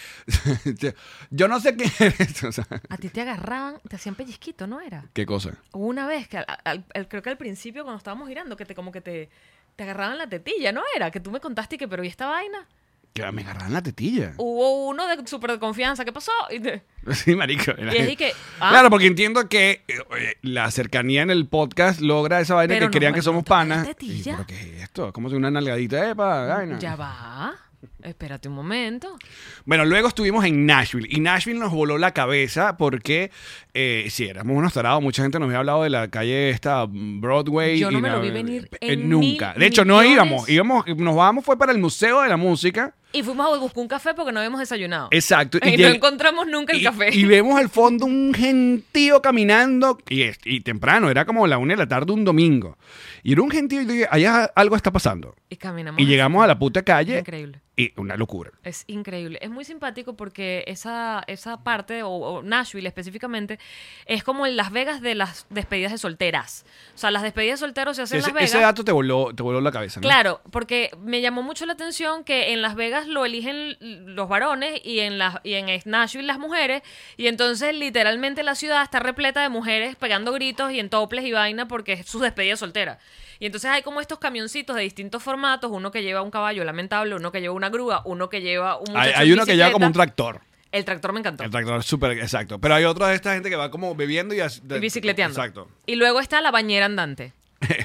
Speaker 6: yo no (laughs) sé quién eres, o sea,
Speaker 7: A ti te agarraban, te hacían pellizquito, ¿no era?
Speaker 6: ¿qué cosa?
Speaker 7: Hubo una vez que al- al- al- creo que al principio cuando estábamos girando que te como que te, te agarraban la tetilla, ¿no era? Que tú me contaste y que pero y esta vaina.
Speaker 6: Que me agarran la tetilla.
Speaker 7: Hubo uno de súper de confianza, ¿qué pasó? Y te-
Speaker 6: (laughs) Sí, marico.
Speaker 7: Y es y que, ah.
Speaker 6: Claro, porque entiendo que eh, oye, la cercanía en el podcast logra esa vaina que
Speaker 7: Pero no,
Speaker 6: creían que
Speaker 7: marico,
Speaker 6: somos
Speaker 7: no te hagas
Speaker 6: panas. Y,
Speaker 7: tetilla.
Speaker 6: ¿Pero qué es esto? Como si una nalgadita, epa, vaina.
Speaker 7: ya va. Espérate un momento.
Speaker 6: Bueno, luego estuvimos en Nashville y Nashville nos voló la cabeza porque eh, si éramos unos tarados, mucha gente nos había hablado de la calle esta mm, Broadway.
Speaker 7: Yo no
Speaker 6: y
Speaker 7: me lo
Speaker 6: la-
Speaker 7: vi venir
Speaker 6: eh,
Speaker 7: en
Speaker 6: nunca.
Speaker 7: mil
Speaker 6: de hecho, no
Speaker 7: millones.
Speaker 6: íbamos, íbamos, nos vamos fue para el Museo de la Música
Speaker 7: Y fuimos a buscar un café porque no habíamos desayunado.
Speaker 6: Exacto.
Speaker 7: (laughs) Y, no
Speaker 6: lleg-
Speaker 7: encontramos nunca el
Speaker 6: y-
Speaker 7: café.
Speaker 6: Y vemos al fondo un gentío caminando. Y, es- y temprano, era como la una de la tarde un domingo. Y era un gentío y yo dije, allá algo está pasando.
Speaker 7: Y caminamos.
Speaker 6: Y llegamos a la puta calle.
Speaker 7: Increíble.
Speaker 6: Y una locura.
Speaker 7: Es increíble. Es muy simpático porque esa, esa parte, o, o Nashville específicamente, es como en Las Vegas de las despedidas de solteras. O sea, las despedidas de solteros se hacen en
Speaker 6: Ese,
Speaker 7: Las Vegas.
Speaker 6: ese dato te voló, te voló la cabeza. ¿no?
Speaker 7: Claro, porque me llamó mucho la atención que en Las Vegas lo eligen los varones y en las y en Nashville las mujeres y entonces literalmente la ciudad está repleta de mujeres pegando gritos y en toples y vaina porque es su despedida soltera. Y entonces hay como estos camioncitos de distintos formatos, uno que lleva un caballo lamentable, uno que lleva una grúa, uno que lleva un
Speaker 6: Hay,
Speaker 7: muchacho
Speaker 6: hay
Speaker 7: en
Speaker 6: uno que lleva como un
Speaker 7: bicicleta.
Speaker 6: tractor.
Speaker 7: El tractor me encantó.
Speaker 6: El tractor es súper exacto. Pero hay otra de esta gente que va como bebiendo y, as- de-
Speaker 7: Y bicicleteando.
Speaker 6: Exacto. (laughs)
Speaker 7: Y luego está la bañera andante.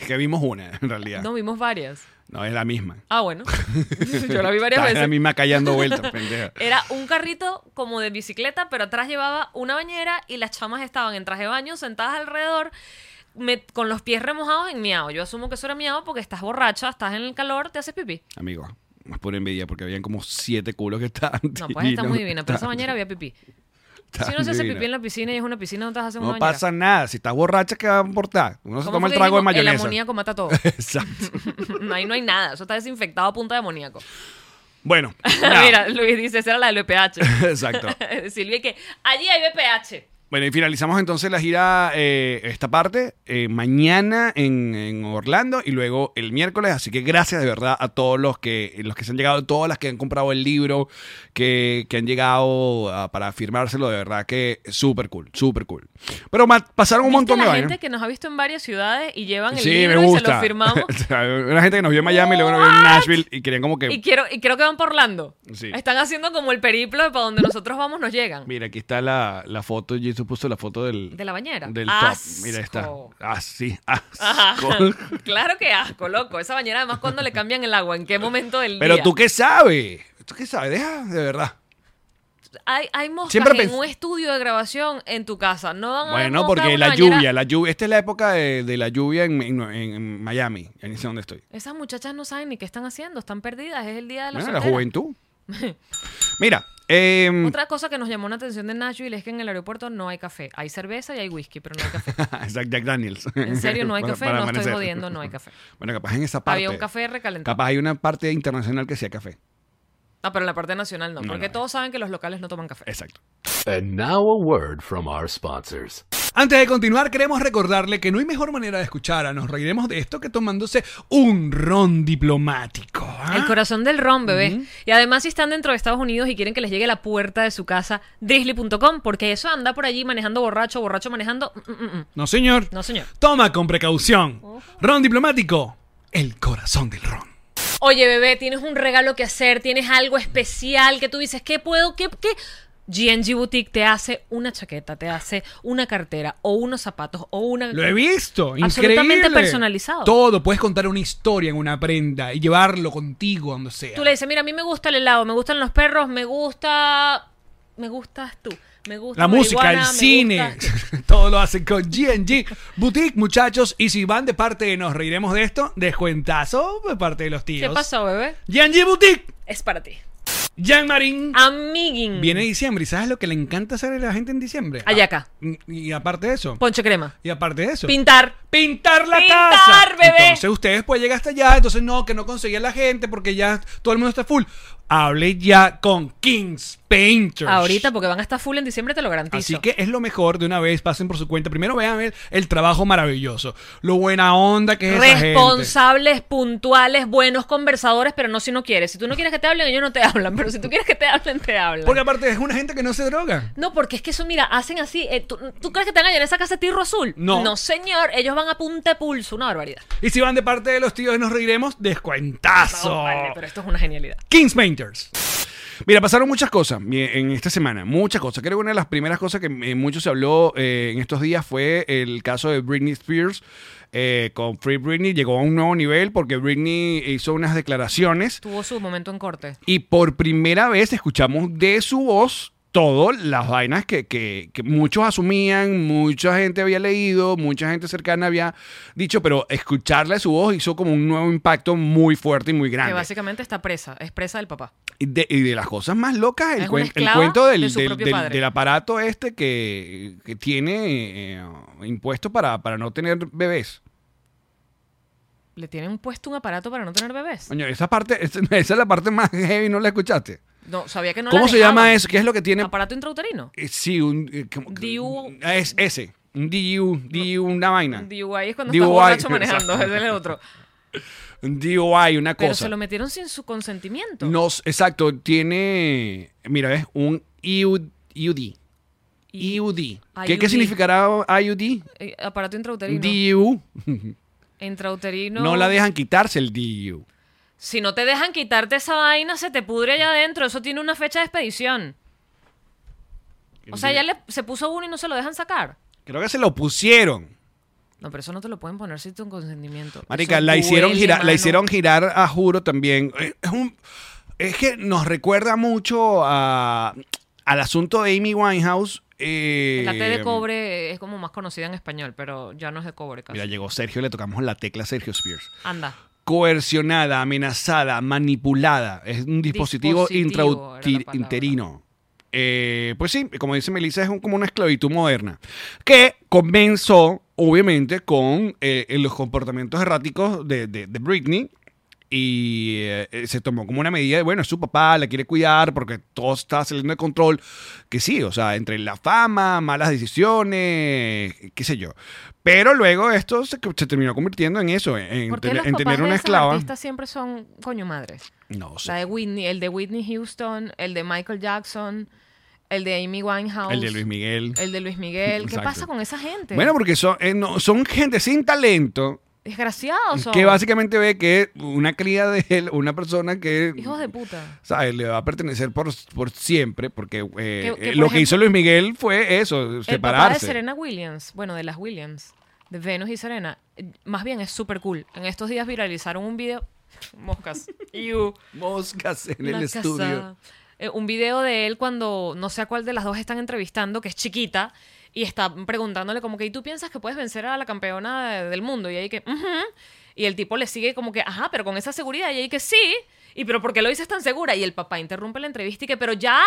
Speaker 6: que vimos una, en realidad.
Speaker 7: No
Speaker 6: No,
Speaker 7: vimos varias.
Speaker 6: es la misma. (laughs)
Speaker 7: Ah, bueno. (laughs) Yo la vi
Speaker 6: Está
Speaker 7: varias
Speaker 6: en
Speaker 7: veces.
Speaker 6: la misma calle dando vueltas,
Speaker 7: (laughs)
Speaker 6: pendeja.
Speaker 7: Era un carrito como de bicicleta, pero atrás llevaba una bañera y las chamas estaban en traje de baño, sentadas alrededor, me- con los pies remojados en miau. Yo asumo que eso era miau porque estás borracha, estás en el calor, te haces pipí.
Speaker 6: Amigo, más pura envidia porque habían como siete culos que estaban.
Speaker 7: No,
Speaker 6: (laughs)
Speaker 7: pues está
Speaker 6: divinos,
Speaker 7: muy divina, pero esa
Speaker 6: tan-
Speaker 7: bañera había pipí.
Speaker 6: tan
Speaker 7: Si uno se hace
Speaker 6: divinos.
Speaker 7: pipí en la piscina y es una piscina, no te vas a hacer una
Speaker 6: No
Speaker 7: bañera.
Speaker 6: pasa nada. Si estás borracha, ¿qué va a importar? Uno se
Speaker 7: ¿Cómo
Speaker 6: toma
Speaker 7: fue
Speaker 6: el
Speaker 7: que
Speaker 6: trago de
Speaker 7: dijimos? El
Speaker 6: mayonesa.
Speaker 7: amoníaco mata todo.
Speaker 6: (laughs)
Speaker 7: (laughs)
Speaker 6: Exacto.
Speaker 7: Ahí no hay nada, eso está desinfectado a punta de amoníaco.
Speaker 6: Bueno. nada. (laughs)
Speaker 7: (laughs) Mira, Luis dice, esa era la del BPH.
Speaker 6: Exacto.
Speaker 7: (laughs) Silvia, que allí hay BPH.
Speaker 6: Bueno, y finalizamos entonces la gira, eh, esta parte, eh, mañana en, en Orlando y luego el miércoles. Así que gracias de verdad a todos los que, los que se han llegado, todas las que han comprado el libro, que, que han llegado ah, para firmárselo. De verdad que súper cool, súper cool. Pero ma- pasaron un
Speaker 7: ¿Viste
Speaker 6: montón de
Speaker 7: la
Speaker 6: vainas.
Speaker 7: gente que nos ha visto en varias ciudades y llevan el
Speaker 6: Sí,
Speaker 7: libro
Speaker 6: me
Speaker 7: y
Speaker 6: gusta.
Speaker 7: se
Speaker 6: (laughs)
Speaker 7: lo firmamos.
Speaker 6: Una gente que nos vio en Miami, luego nos vio en Nashville y querían como que.
Speaker 7: y, quiero, y creo que van por Orlando.
Speaker 6: Sí.
Speaker 7: Están haciendo como el periplo de para donde nosotros vamos nos llegan.
Speaker 6: Mira, aquí está la, la foto. Jesús puso la foto del.
Speaker 7: De la bañera.
Speaker 6: Del top. Mira, ahí está.
Speaker 7: Asco.
Speaker 6: Así,
Speaker 7: Ajá.
Speaker 6: asco.
Speaker 7: (laughs) claro que asco, loco. Esa bañera, además, cuando le cambian el agua, en qué momento del
Speaker 6: Pero
Speaker 7: día.
Speaker 6: tú qué sabes. Tú qué sabes, deja, de verdad.
Speaker 7: Hay, hay moscas
Speaker 6: Siempre
Speaker 7: en
Speaker 6: pens-
Speaker 7: un estudio de grabación en tu casa. No van a haber
Speaker 6: Bueno,
Speaker 7: moscas en
Speaker 6: porque
Speaker 7: una
Speaker 6: la
Speaker 7: bañera.
Speaker 6: lluvia, la lluvia. Esta es la época de, de la lluvia en, en- en Miami. Ya ni sé dónde estoy.
Speaker 7: Esas muchachas no saben ni qué están haciendo, están perdidas. Es el día de la,
Speaker 6: Bueno, la
Speaker 7: soltera. (laughs)
Speaker 6: juventud. Mira,
Speaker 3: Mm.
Speaker 6: em, (laughs)
Speaker 7: Otra cosa que nos llamó la atención de Nashville es que en el aeropuerto no hay café. Hay cerveza y hay whisky, pero no
Speaker 3: (laughs)
Speaker 7: hay café.
Speaker 6: Jack, Jack Daniels.
Speaker 7: En serio, no hay
Speaker 6: Para-
Speaker 7: café,
Speaker 6: para
Speaker 7: no estoy
Speaker 6: amanecer.
Speaker 7: jodiendo, no hay café.
Speaker 6: Bueno, capaz en esa parte.
Speaker 7: Había un café recalentado.
Speaker 6: Capaz hay una parte internacional que sea café.
Speaker 7: Ah, pero en la parte nacional no,
Speaker 6: No,
Speaker 7: porque
Speaker 6: no.
Speaker 7: todos saben que los locales no toman café.
Speaker 6: Exacto.
Speaker 8: And now a word from our sponsors.
Speaker 3: Antes de continuar, queremos recordarle que no hay mejor manera de escuchar a Nos Reiremos de esto que tomándose un ron diplomático. ¿ah?
Speaker 7: El corazón del ron, bebé. Y además, si están dentro de Estados Unidos y quieren que les llegue a la puerta de su casa, drizzly.com, porque eso anda por allí manejando borracho, borracho manejando. mm, mm, mm.
Speaker 3: No, señor.
Speaker 7: No, señor.
Speaker 3: Toma con precaución. Ron diplomático, el corazón del ron.
Speaker 7: Oye, bebé, tienes un regalo que hacer, tienes algo especial que tú dices, ¿qué puedo? ¿Qué? qué? GNG Boutique te hace una chaqueta, te hace una cartera o unos zapatos o una...
Speaker 3: Lo he visto, increíble.
Speaker 7: Absolutamente personalizado.
Speaker 3: Todo, puedes contar una historia en una prenda y llevarlo contigo a donde sea.
Speaker 7: Tú le dices, mira, a mí me gusta el helado, me gustan los perros, me gusta... Me gustas tú, me gusta
Speaker 3: la música,
Speaker 7: marihuana,
Speaker 3: el
Speaker 7: me
Speaker 3: cine, (laughs)
Speaker 7: gusta-
Speaker 3: todo lo hacen con GNG Boutique, muchachos. Y si van de parte de Nos Reiremos de esto, descuentazo de parte de los tíos.
Speaker 7: ¿Qué pasó, bebé?
Speaker 3: GNG Boutique,
Speaker 7: Es para ti.
Speaker 3: Jean
Speaker 7: Ah.
Speaker 3: Marín.
Speaker 7: Amiguin.
Speaker 3: Viene diciembre y ¿sabes lo que le encanta hacer a la gente en diciembre?
Speaker 7: Ayaca.
Speaker 3: Y- Y aparte de eso.
Speaker 7: Ponche crema.
Speaker 3: Y aparte de eso.
Speaker 7: Pintar.
Speaker 3: Pintar la
Speaker 7: Pues, Pintar,
Speaker 3: casa.
Speaker 7: bebé.
Speaker 3: Entonces ustedes pues llegan hasta allá, entonces no, que no conseguía la gente porque ya todo el mundo está full. Hable ya con Kings Painters.
Speaker 7: Ahorita, porque van a estar full en diciembre, te lo garantizo.
Speaker 3: Así que es lo mejor de una vez, pasen por su cuenta. Primero vean el, el trabajo maravilloso, lo buena onda que es esa gente.
Speaker 7: responsables, puntuales, buenos conversadores, pero no si no quieres. Si tú no quieres que te hablen, ellos no te (laughs) hablan, pero si tú quieres que te hablen, te hablan.
Speaker 3: Porque aparte es una gente que no se droga.
Speaker 7: no, porque es que eso, mira, hacen así. eh, ¿tú, tú crees que te van a llenar esa casa de tirro azul?
Speaker 3: No.
Speaker 7: No, señor. Ellos van a punta de pulso. Una barbaridad.
Speaker 3: Y si van de parte de los tíos, nos reiremos, descuentazo.
Speaker 7: No, vale, pero esto es una genialidad.
Speaker 3: Kings Painters.
Speaker 6: Mira, pasaron muchas cosas mi- en esta semana, muchas cosas. Creo que una de las primeras cosas que eh, mucho se habló eh, en estos días fue el caso de Britney Spears. eh, con Free Britney llegó a un nuevo nivel porque Britney hizo unas declaraciones
Speaker 7: Tuvo su momento en corte.
Speaker 6: y por primera vez escuchamos de su voz todas las vainas que, que- que muchos asumían, mucha gente había leído, mucha gente cercana había dicho, pero escucharle su voz hizo como un nuevo impacto muy fuerte y muy
Speaker 7: Que
Speaker 6: grande.
Speaker 7: básicamente está presa. Es presa del papá.
Speaker 6: de, y de las cosas más locas, el,
Speaker 7: Es una
Speaker 6: cuen- el
Speaker 7: esclava
Speaker 6: cuento del,
Speaker 7: de su
Speaker 6: del-
Speaker 7: propio
Speaker 6: del-
Speaker 7: padre.
Speaker 6: del aparato este que, que tiene eh, impuesto para, para no tener bebés.
Speaker 7: Le tienen puesto un aparato para no tener bebés.
Speaker 6: Coño, esa parte, (laughs) esa es la parte más heavy, ¿no la escuchaste?
Speaker 7: No, sabía que no la
Speaker 6: ¿Cómo se
Speaker 7: dejaban.
Speaker 6: llama eso? ¿Qué es lo que tiene?
Speaker 7: Aparato intrauterino.
Speaker 6: Eh, Sí, un... eh, como-
Speaker 7: DU.
Speaker 6: Es ese. Un DU, DU, una vaina.
Speaker 7: DUI es cuando
Speaker 6: DUI,
Speaker 7: estás borracho
Speaker 6: exacto.
Speaker 7: (laughs) manejando, ese es el otro.
Speaker 6: Un DUI, una
Speaker 7: Pero
Speaker 6: cosa.
Speaker 7: se lo metieron sin su consentimiento.
Speaker 6: No, s- exacto, tiene... Mira, ves, un IU IUD.
Speaker 7: Y-
Speaker 6: IUD. ¿Qué,
Speaker 7: IUD.
Speaker 6: qué significará IUD?
Speaker 7: eh, aparato intrauterino.
Speaker 6: DU.
Speaker 7: intrauterino.
Speaker 6: No la dejan quitarse el DU.
Speaker 7: Si no te dejan quitarte esa vaina, se te pudre allá adentro. Eso tiene una fecha de expedición. O sea, ya le, se puso uno y no se lo dejan sacar.
Speaker 6: Creo que se lo pusieron.
Speaker 7: No, pero eso no te lo pueden poner sin tu consentimiento.
Speaker 6: Marica,
Speaker 7: Eso
Speaker 6: la hicieron,
Speaker 7: duele,
Speaker 6: girar, la
Speaker 7: mano.
Speaker 6: hicieron girar a Juro también. Eh, Es, un- es que nos recuerda mucho a- al asunto de Amy Winehouse. eh,
Speaker 7: La T de cobre es como más conocida en español, pero ya no es de cobre casi.
Speaker 6: em, Mira, llegó Sergio, le tocamos la tecla a Sergio Spears.
Speaker 7: Anda.
Speaker 6: Coercionada, amenazada, manipulada. Es un dispositivo,
Speaker 7: Dispositivo era la palabra.
Speaker 6: intrauterino. pues sí, como dice Melissa, es un- como una esclavitud moderna. Que comenzó, obviamente, con eh, eh, los comportamientos erráticos de, de- de Britney. Y eh, eh, se tomó como una medida de, bueno, es su papá, la quiere cuidar porque todo está saliendo de control. Que sí, o sea, entre la fama, malas decisiones, qué sé yo. Pero luego esto se, se terminó convirtiendo en eso, en,
Speaker 7: ¿Por qué
Speaker 6: tener-
Speaker 7: los
Speaker 6: en
Speaker 7: papás
Speaker 6: tener
Speaker 7: de
Speaker 6: una
Speaker 7: esas
Speaker 6: esclava.
Speaker 7: artistas siempre son coño madres?
Speaker 6: No sé.
Speaker 7: La de Whitney, el de Whitney Houston, el de Michael Jackson, el de Este. Amy Winehouse.
Speaker 6: El de Luis Miguel.
Speaker 7: El de Luis Miguel. ¿Qué
Speaker 6: Exacto.
Speaker 7: pasa con esa gente?
Speaker 6: Bueno, porque son, eh, no, son gente sin talento
Speaker 7: Desgraciados son.
Speaker 6: que básicamente ve que una cría de él, una persona que...
Speaker 7: Hijos de puta.
Speaker 6: ¿sabes? Le va a pertenecer por, por siempre, porque eh, eh,
Speaker 7: que, por
Speaker 6: lo que
Speaker 7: ejemplo,
Speaker 6: hizo Luis Miguel fue eso,
Speaker 7: El papá de
Speaker 6: eh, separarse.
Speaker 7: Serena Williams, bueno, de las Williams, de Venus y Serena, eh, más bien es súper cool. En estos días viralizaron un video. (laughs) Moscas. Iu.
Speaker 6: Moscas (laughs) en
Speaker 7: La
Speaker 6: el
Speaker 7: casa.
Speaker 6: estudio.
Speaker 7: Eh, un video de él cuando no sé a cuál de las dos están entrevistando, que es chiquita, y está preguntándole como que, ¿y tú piensas que puedes vencer a la campeona de- del mundo? Y ahí que, "Ujú". y el tipo le sigue como que, ajá, pero con esa seguridad, y ahí que sí. Y pero ¿por qué lo dices tan segura? Y el papá interrumpe la entrevista y que, pero ya,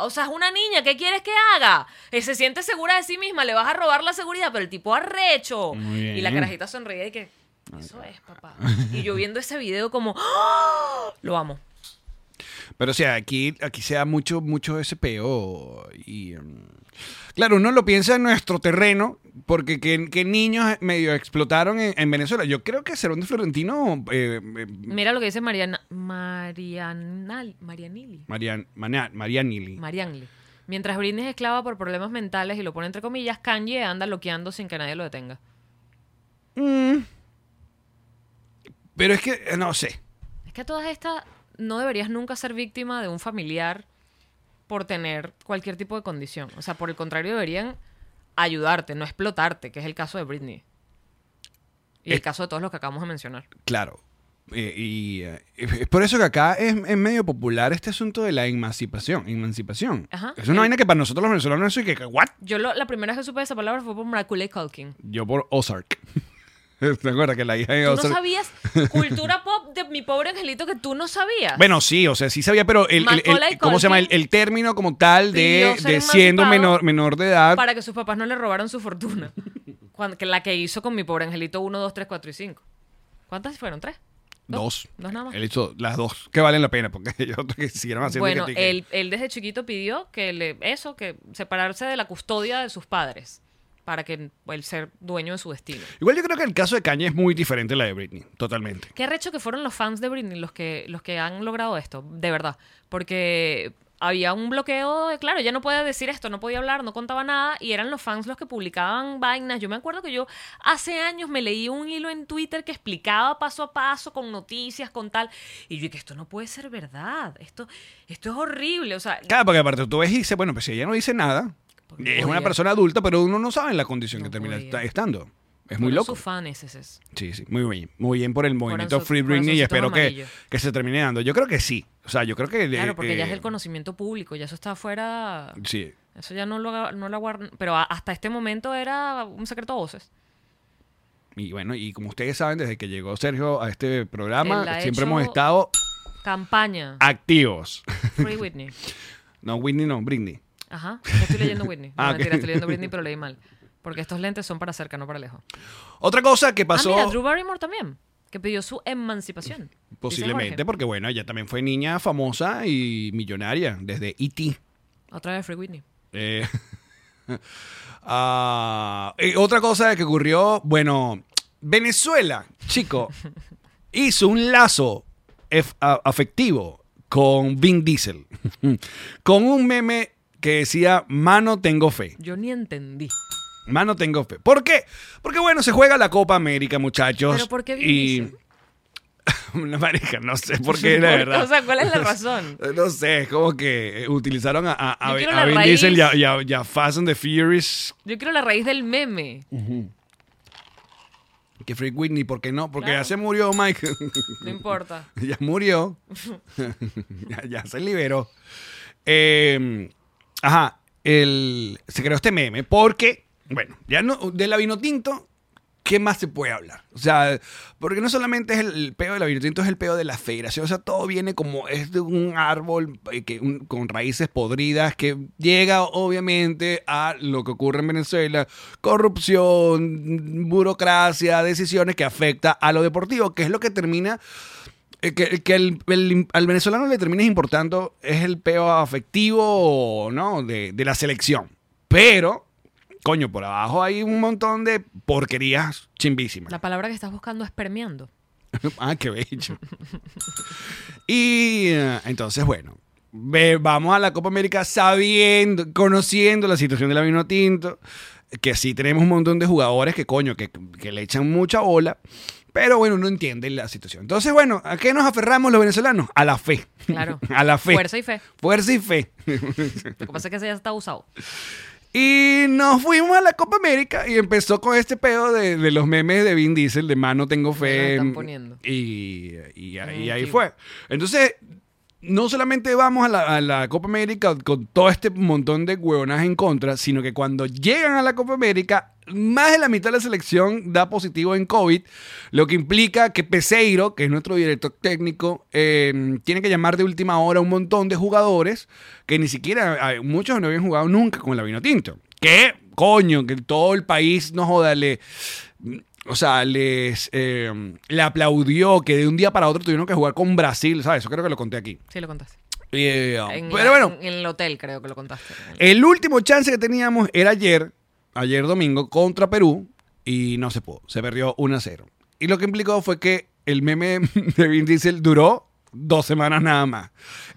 Speaker 7: o sea, es una niña, ¿qué quieres que haga? Eh, se siente segura de sí misma, le vas a robar la seguridad, pero el tipo arrecho.
Speaker 6: Muy bien.
Speaker 7: Y la carajita sonríe y que, eso es, papá. Y yo viendo ese video como, "¡Ah!", lo amo.
Speaker 6: Pero o sea, aquí, aquí se da mucho, mucho ese peo. Y, mm, claro, uno lo piensa en nuestro terreno, porque que, que niños medio explotaron en, en Venezuela. Yo creo que Serón de Florentino, eh, eh,
Speaker 7: Mira lo que dice Mariana, Marianal, Marianili.
Speaker 6: Marian, Maná- Marianili.
Speaker 7: Marianli. Mientras Britney es esclava por problemas mentales y lo pone entre comillas, Kanye anda loqueando sin que nadie lo detenga. Mm.
Speaker 6: Pero es que, eh, no sé.
Speaker 7: Es que a todas estas no deberías nunca ser víctima de un familiar por tener cualquier tipo de condición. O sea, por el contrario, deberían ayudarte, no explotarte, que es el caso de Britney. Y el
Speaker 6: Es-
Speaker 7: caso de todos los que acabamos de mencionar.
Speaker 6: Claro. Eh, y eh, es por eso que acá es, es medio popular este asunto de la emancipación. Emancipación.
Speaker 7: Ajá.
Speaker 6: Es una vaina que para nosotros los venezolanos es que, ¿what?
Speaker 7: Yo lo- la primera vez que supe esa palabra fue por Miraculous Culkin.
Speaker 6: Yo por Ozark. (laughs) ¿Te acuerdas que la hija de
Speaker 7: Tú no
Speaker 6: Ozark?
Speaker 7: sabías cultura pop de mi pobre angelito que tú no sabías.
Speaker 6: Bueno, sí, o sea, sí sabía, pero el, el- el-
Speaker 7: Macaulay
Speaker 6: ¿cómo se llama? El,
Speaker 7: Culkin
Speaker 6: el término como tal de,
Speaker 7: pidió ser
Speaker 6: de siendo
Speaker 7: emancipado
Speaker 6: menor, menor de edad.
Speaker 7: para que sus papás no le robaran su
Speaker 6: (laughs)
Speaker 7: fortuna. Cuando, que la que hizo con mi pobre angelito 1, 2, 3, 4 y 5. ¿Cuántas fueron? ¿Tres?
Speaker 6: Dos.
Speaker 7: Dos nada más.
Speaker 6: Él hizo las dos que valen la pena, porque (laughs) yo que siguieron haciendo
Speaker 7: bueno,
Speaker 6: que- que-
Speaker 7: él, él desde chiquito pidió que le, eso, que separarse de la custodia de sus padres para que él ser dueño de su destino.
Speaker 6: Igual yo creo que el caso de Kanye es muy diferente a la de Britney, totalmente.
Speaker 7: Qué arrecho que fueron los fans de Britney los que, los que han logrado esto, de verdad. Porque había un bloqueo, de, claro, ella no podía decir esto, no podía hablar, no contaba nada, y eran los fans los que publicaban vainas. Yo me acuerdo que yo hace años me leí un hilo en Twitter que explicaba paso a paso, con noticias, con tal, y yo dije, esto no puede ser verdad, esto, esto es horrible, o sea...
Speaker 6: Claro, porque aparte tú ves y dices, bueno, pues si ella no dice nada,
Speaker 7: Porque
Speaker 6: es una
Speaker 7: podía.
Speaker 6: persona adulta, pero uno no sabe en la condición
Speaker 7: No
Speaker 6: que termina
Speaker 7: podía.
Speaker 6: estando. Es muy
Speaker 7: fueron
Speaker 6: loco.
Speaker 7: sus fans ese es.
Speaker 6: Sí, sí, muy bien. Muy bien por el movimiento
Speaker 7: Corazon-
Speaker 6: Free Britney y
Speaker 7: corazoncitos
Speaker 6: espero que,
Speaker 7: amarillos.
Speaker 6: que se termine dando. Yo creo que sí. O sea, yo creo que...
Speaker 7: Claro, porque ya es el
Speaker 6: conocimiento.
Speaker 7: conocimiento público, ya eso está fuera...
Speaker 6: Sí,
Speaker 7: Eso ya no lo, aga- no lo aguar- Pero a- hasta este momento era un secreto a voces.
Speaker 6: Y bueno, y como ustedes saben, desde que llegó Sergio a este programa,
Speaker 7: Él ha
Speaker 6: siempre
Speaker 7: hecho
Speaker 6: hemos estado
Speaker 7: Campaña.
Speaker 6: Ah, activos. (laughs)
Speaker 7: Free Whitney.
Speaker 6: No, Whitney no, Britney.
Speaker 7: Ajá. Yo estoy leyendo Whitney. No,
Speaker 6: Ah, ok.
Speaker 7: mentira, estoy leyendo Britney, pero
Speaker 6: (laughs)
Speaker 7: leí mal. Porque estos lentes son para cerca, no para lejos.
Speaker 6: Otra cosa que
Speaker 7: Ah,
Speaker 6: pasó...
Speaker 7: mira, Drew Barrymore también, que pidió su emancipación. dice Jorge.
Speaker 6: Posiblemente, porque bueno, ella también fue niña famosa y millonaria desde E.T.
Speaker 7: Otra vez Free Whitney.
Speaker 6: Eh, (laughs) ah, y otra cosa que ocurrió, bueno, Venezuela,
Speaker 7: (laughs)
Speaker 6: chico, hizo un lazo ef- a- afectivo con Vin Diesel, (laughs) con un meme que decía, mano tengo fe.
Speaker 7: Yo ni entendí.
Speaker 6: Mano tengo fe. ¿Por qué? Porque bueno, se juega la Copa América, muchachos.
Speaker 7: ¿Pero por qué Vin
Speaker 6: y...
Speaker 7: Diesel?
Speaker 6: Una (laughs) marica, no sé por qué,
Speaker 7: (laughs)
Speaker 6: la
Speaker 7: Porque,
Speaker 6: verdad.
Speaker 7: O sea,
Speaker 6: (laughs)
Speaker 7: ¿cuál es la razón?
Speaker 6: Eh, No sé, es como que eh, utilizaron a, a, a-
Speaker 7: Yo quiero
Speaker 6: a
Speaker 7: la
Speaker 6: Vin
Speaker 7: raíz.
Speaker 6: Diesel y a, y a- y a Fast and the Furious.
Speaker 7: Yo quiero la raíz del meme.
Speaker 6: Que Freak Whitney, ¿por qué no? Porque
Speaker 7: Claro.
Speaker 6: ya se murió Mike. (laughs)
Speaker 7: No importa.
Speaker 6: ya murió. ya, ya se liberó. Eh, ajá, el, se creó este meme porque, bueno, ya no, de la Vinotinto, ¿qué más se puede hablar? O sea, porque no solamente es el, peo de la Vinotinto, es el peo de la federación. O sea, todo viene como, es de un árbol eh, que, un- con raíces podridas que llega obviamente a lo que ocurre en Venezuela. Corrupción, burocracia, decisiones que afecta a lo deportivo, que es lo que termina eh, que, que el- el- al venezolano le termines importando es el peo afectivo, ¿no? De, de la selección. Pero, coño, por abajo hay un montón de porquerías chimbísimas.
Speaker 7: La palabra que estás buscando es permeando.
Speaker 6: (laughs) ah, qué bello. y eh, entonces, bueno, ve- vamos a la Copa América sabiendo, conociendo la situación de la vino tinto, que sí tenemos un montón de jugadores que, coño, que, que le echan mucha bola. Pero bueno, no entiende la situación. Entonces, bueno, ¿a qué nos aferramos los venezolanos? A la fe.
Speaker 7: Claro.
Speaker 6: (laughs) A la fe.
Speaker 7: Fuerza y fe.
Speaker 6: Fuerza y fe.
Speaker 7: Lo que pasa es que ese ya está usado.
Speaker 6: Y nos fuimos a la Copa América y empezó con este pedo de, de los memes de Vin Diesel, de mano tengo
Speaker 7: lo
Speaker 6: fe.
Speaker 7: están poniendo.
Speaker 6: Y, y ahí- y
Speaker 7: Mm,
Speaker 6: ahí
Speaker 7: sí.
Speaker 6: fue. Entonces, no solamente vamos a la, a la Copa América con todo este montón de huevonas en contra, sino que cuando llegan a la Copa América, más de la mitad de la selección da positivo en COVID, lo que implica que Peseiro, que es nuestro director técnico, eh, tiene que llamar de última hora a un montón de jugadores que ni siquiera, hay- muchos no habían jugado nunca con la Vinotinto. Que, coño, que todo el país, no joda, le- o sea, les eh, le aplaudió que de un día para otro tuvieron que jugar con Brasil, ¿sabes? Eso creo que lo conté aquí.
Speaker 7: Sí, lo contaste.
Speaker 6: Eh,
Speaker 7: En
Speaker 6: pero
Speaker 7: la-
Speaker 6: bueno,
Speaker 7: En el hotel creo que lo contaste.
Speaker 6: el último chance que teníamos era ayer, ayer domingo, contra Perú, y no se pudo. Se perdió 1 a 0. Y lo que implicó fue que el meme (laughs) de Vin Diesel duró dos semanas nada más.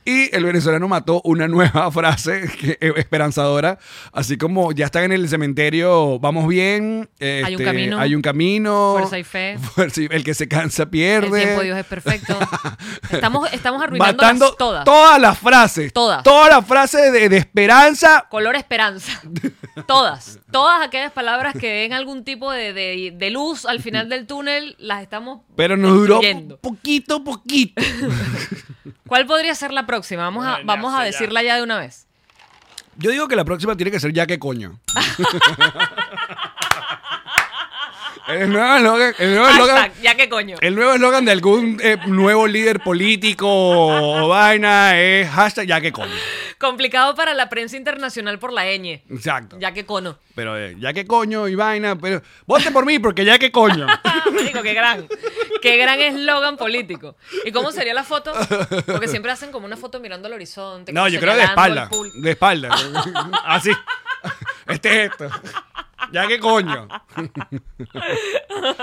Speaker 6: Y el venezolano mató una nueva (laughs) frase que- eh, esperanzadora, así como ya están en el cementerio, vamos bien,
Speaker 7: Hay un
Speaker 6: este,
Speaker 7: camino.
Speaker 6: hay un camino,
Speaker 7: Fuerza y
Speaker 6: (laughs)
Speaker 7: fe.
Speaker 6: fuerza y- Pues el que se cansa
Speaker 7: El
Speaker 6: pierde.
Speaker 7: tiempo de Dios es perfecto.
Speaker 6: (laughs)
Speaker 7: Estamos, estamos
Speaker 6: Matando
Speaker 7: arruinándolas todas.
Speaker 6: todas las frases.
Speaker 7: Todas.
Speaker 6: Todas las frases de, de esperanza. (laughs)
Speaker 7: Color esperanza. Todas. Todas aquellas palabras que den algún tipo de, de- de luz al final del túnel, las estamos.
Speaker 6: Pero nos duró
Speaker 7: destruyendo.
Speaker 6: po- poquito, poquito.
Speaker 7: ¿Cuál podría ser la próxima? Vamos a, vamos a decirla ya de una vez.
Speaker 6: Yo digo que la próxima tiene que ser ya que coño. (laughs) el nuevo eslogan. El nuevo eslogan.
Speaker 7: Hashtag, ya que coño.
Speaker 6: el nuevo eslogan de algún eh, nuevo líder político o vaina es hashtag ya que coño.
Speaker 7: Complicado para la prensa internacional por la ñ.
Speaker 6: Exacto.
Speaker 7: Ya que cono. (laughs)
Speaker 6: Pero eh, ya que coño y vaina, pero voten por mí porque ya que coño.
Speaker 7: Ah, marico, qué gran. Qué gran eslogan político. ¿Y cómo sería la foto? Porque siempre hacen como una foto mirando al horizonte.
Speaker 6: No,
Speaker 7: como
Speaker 6: yo creo de
Speaker 7: señalando
Speaker 6: espalda.
Speaker 7: al pul-
Speaker 6: De espalda.
Speaker 7: (laughs)
Speaker 6: Así. Este es esto. Ya que coño.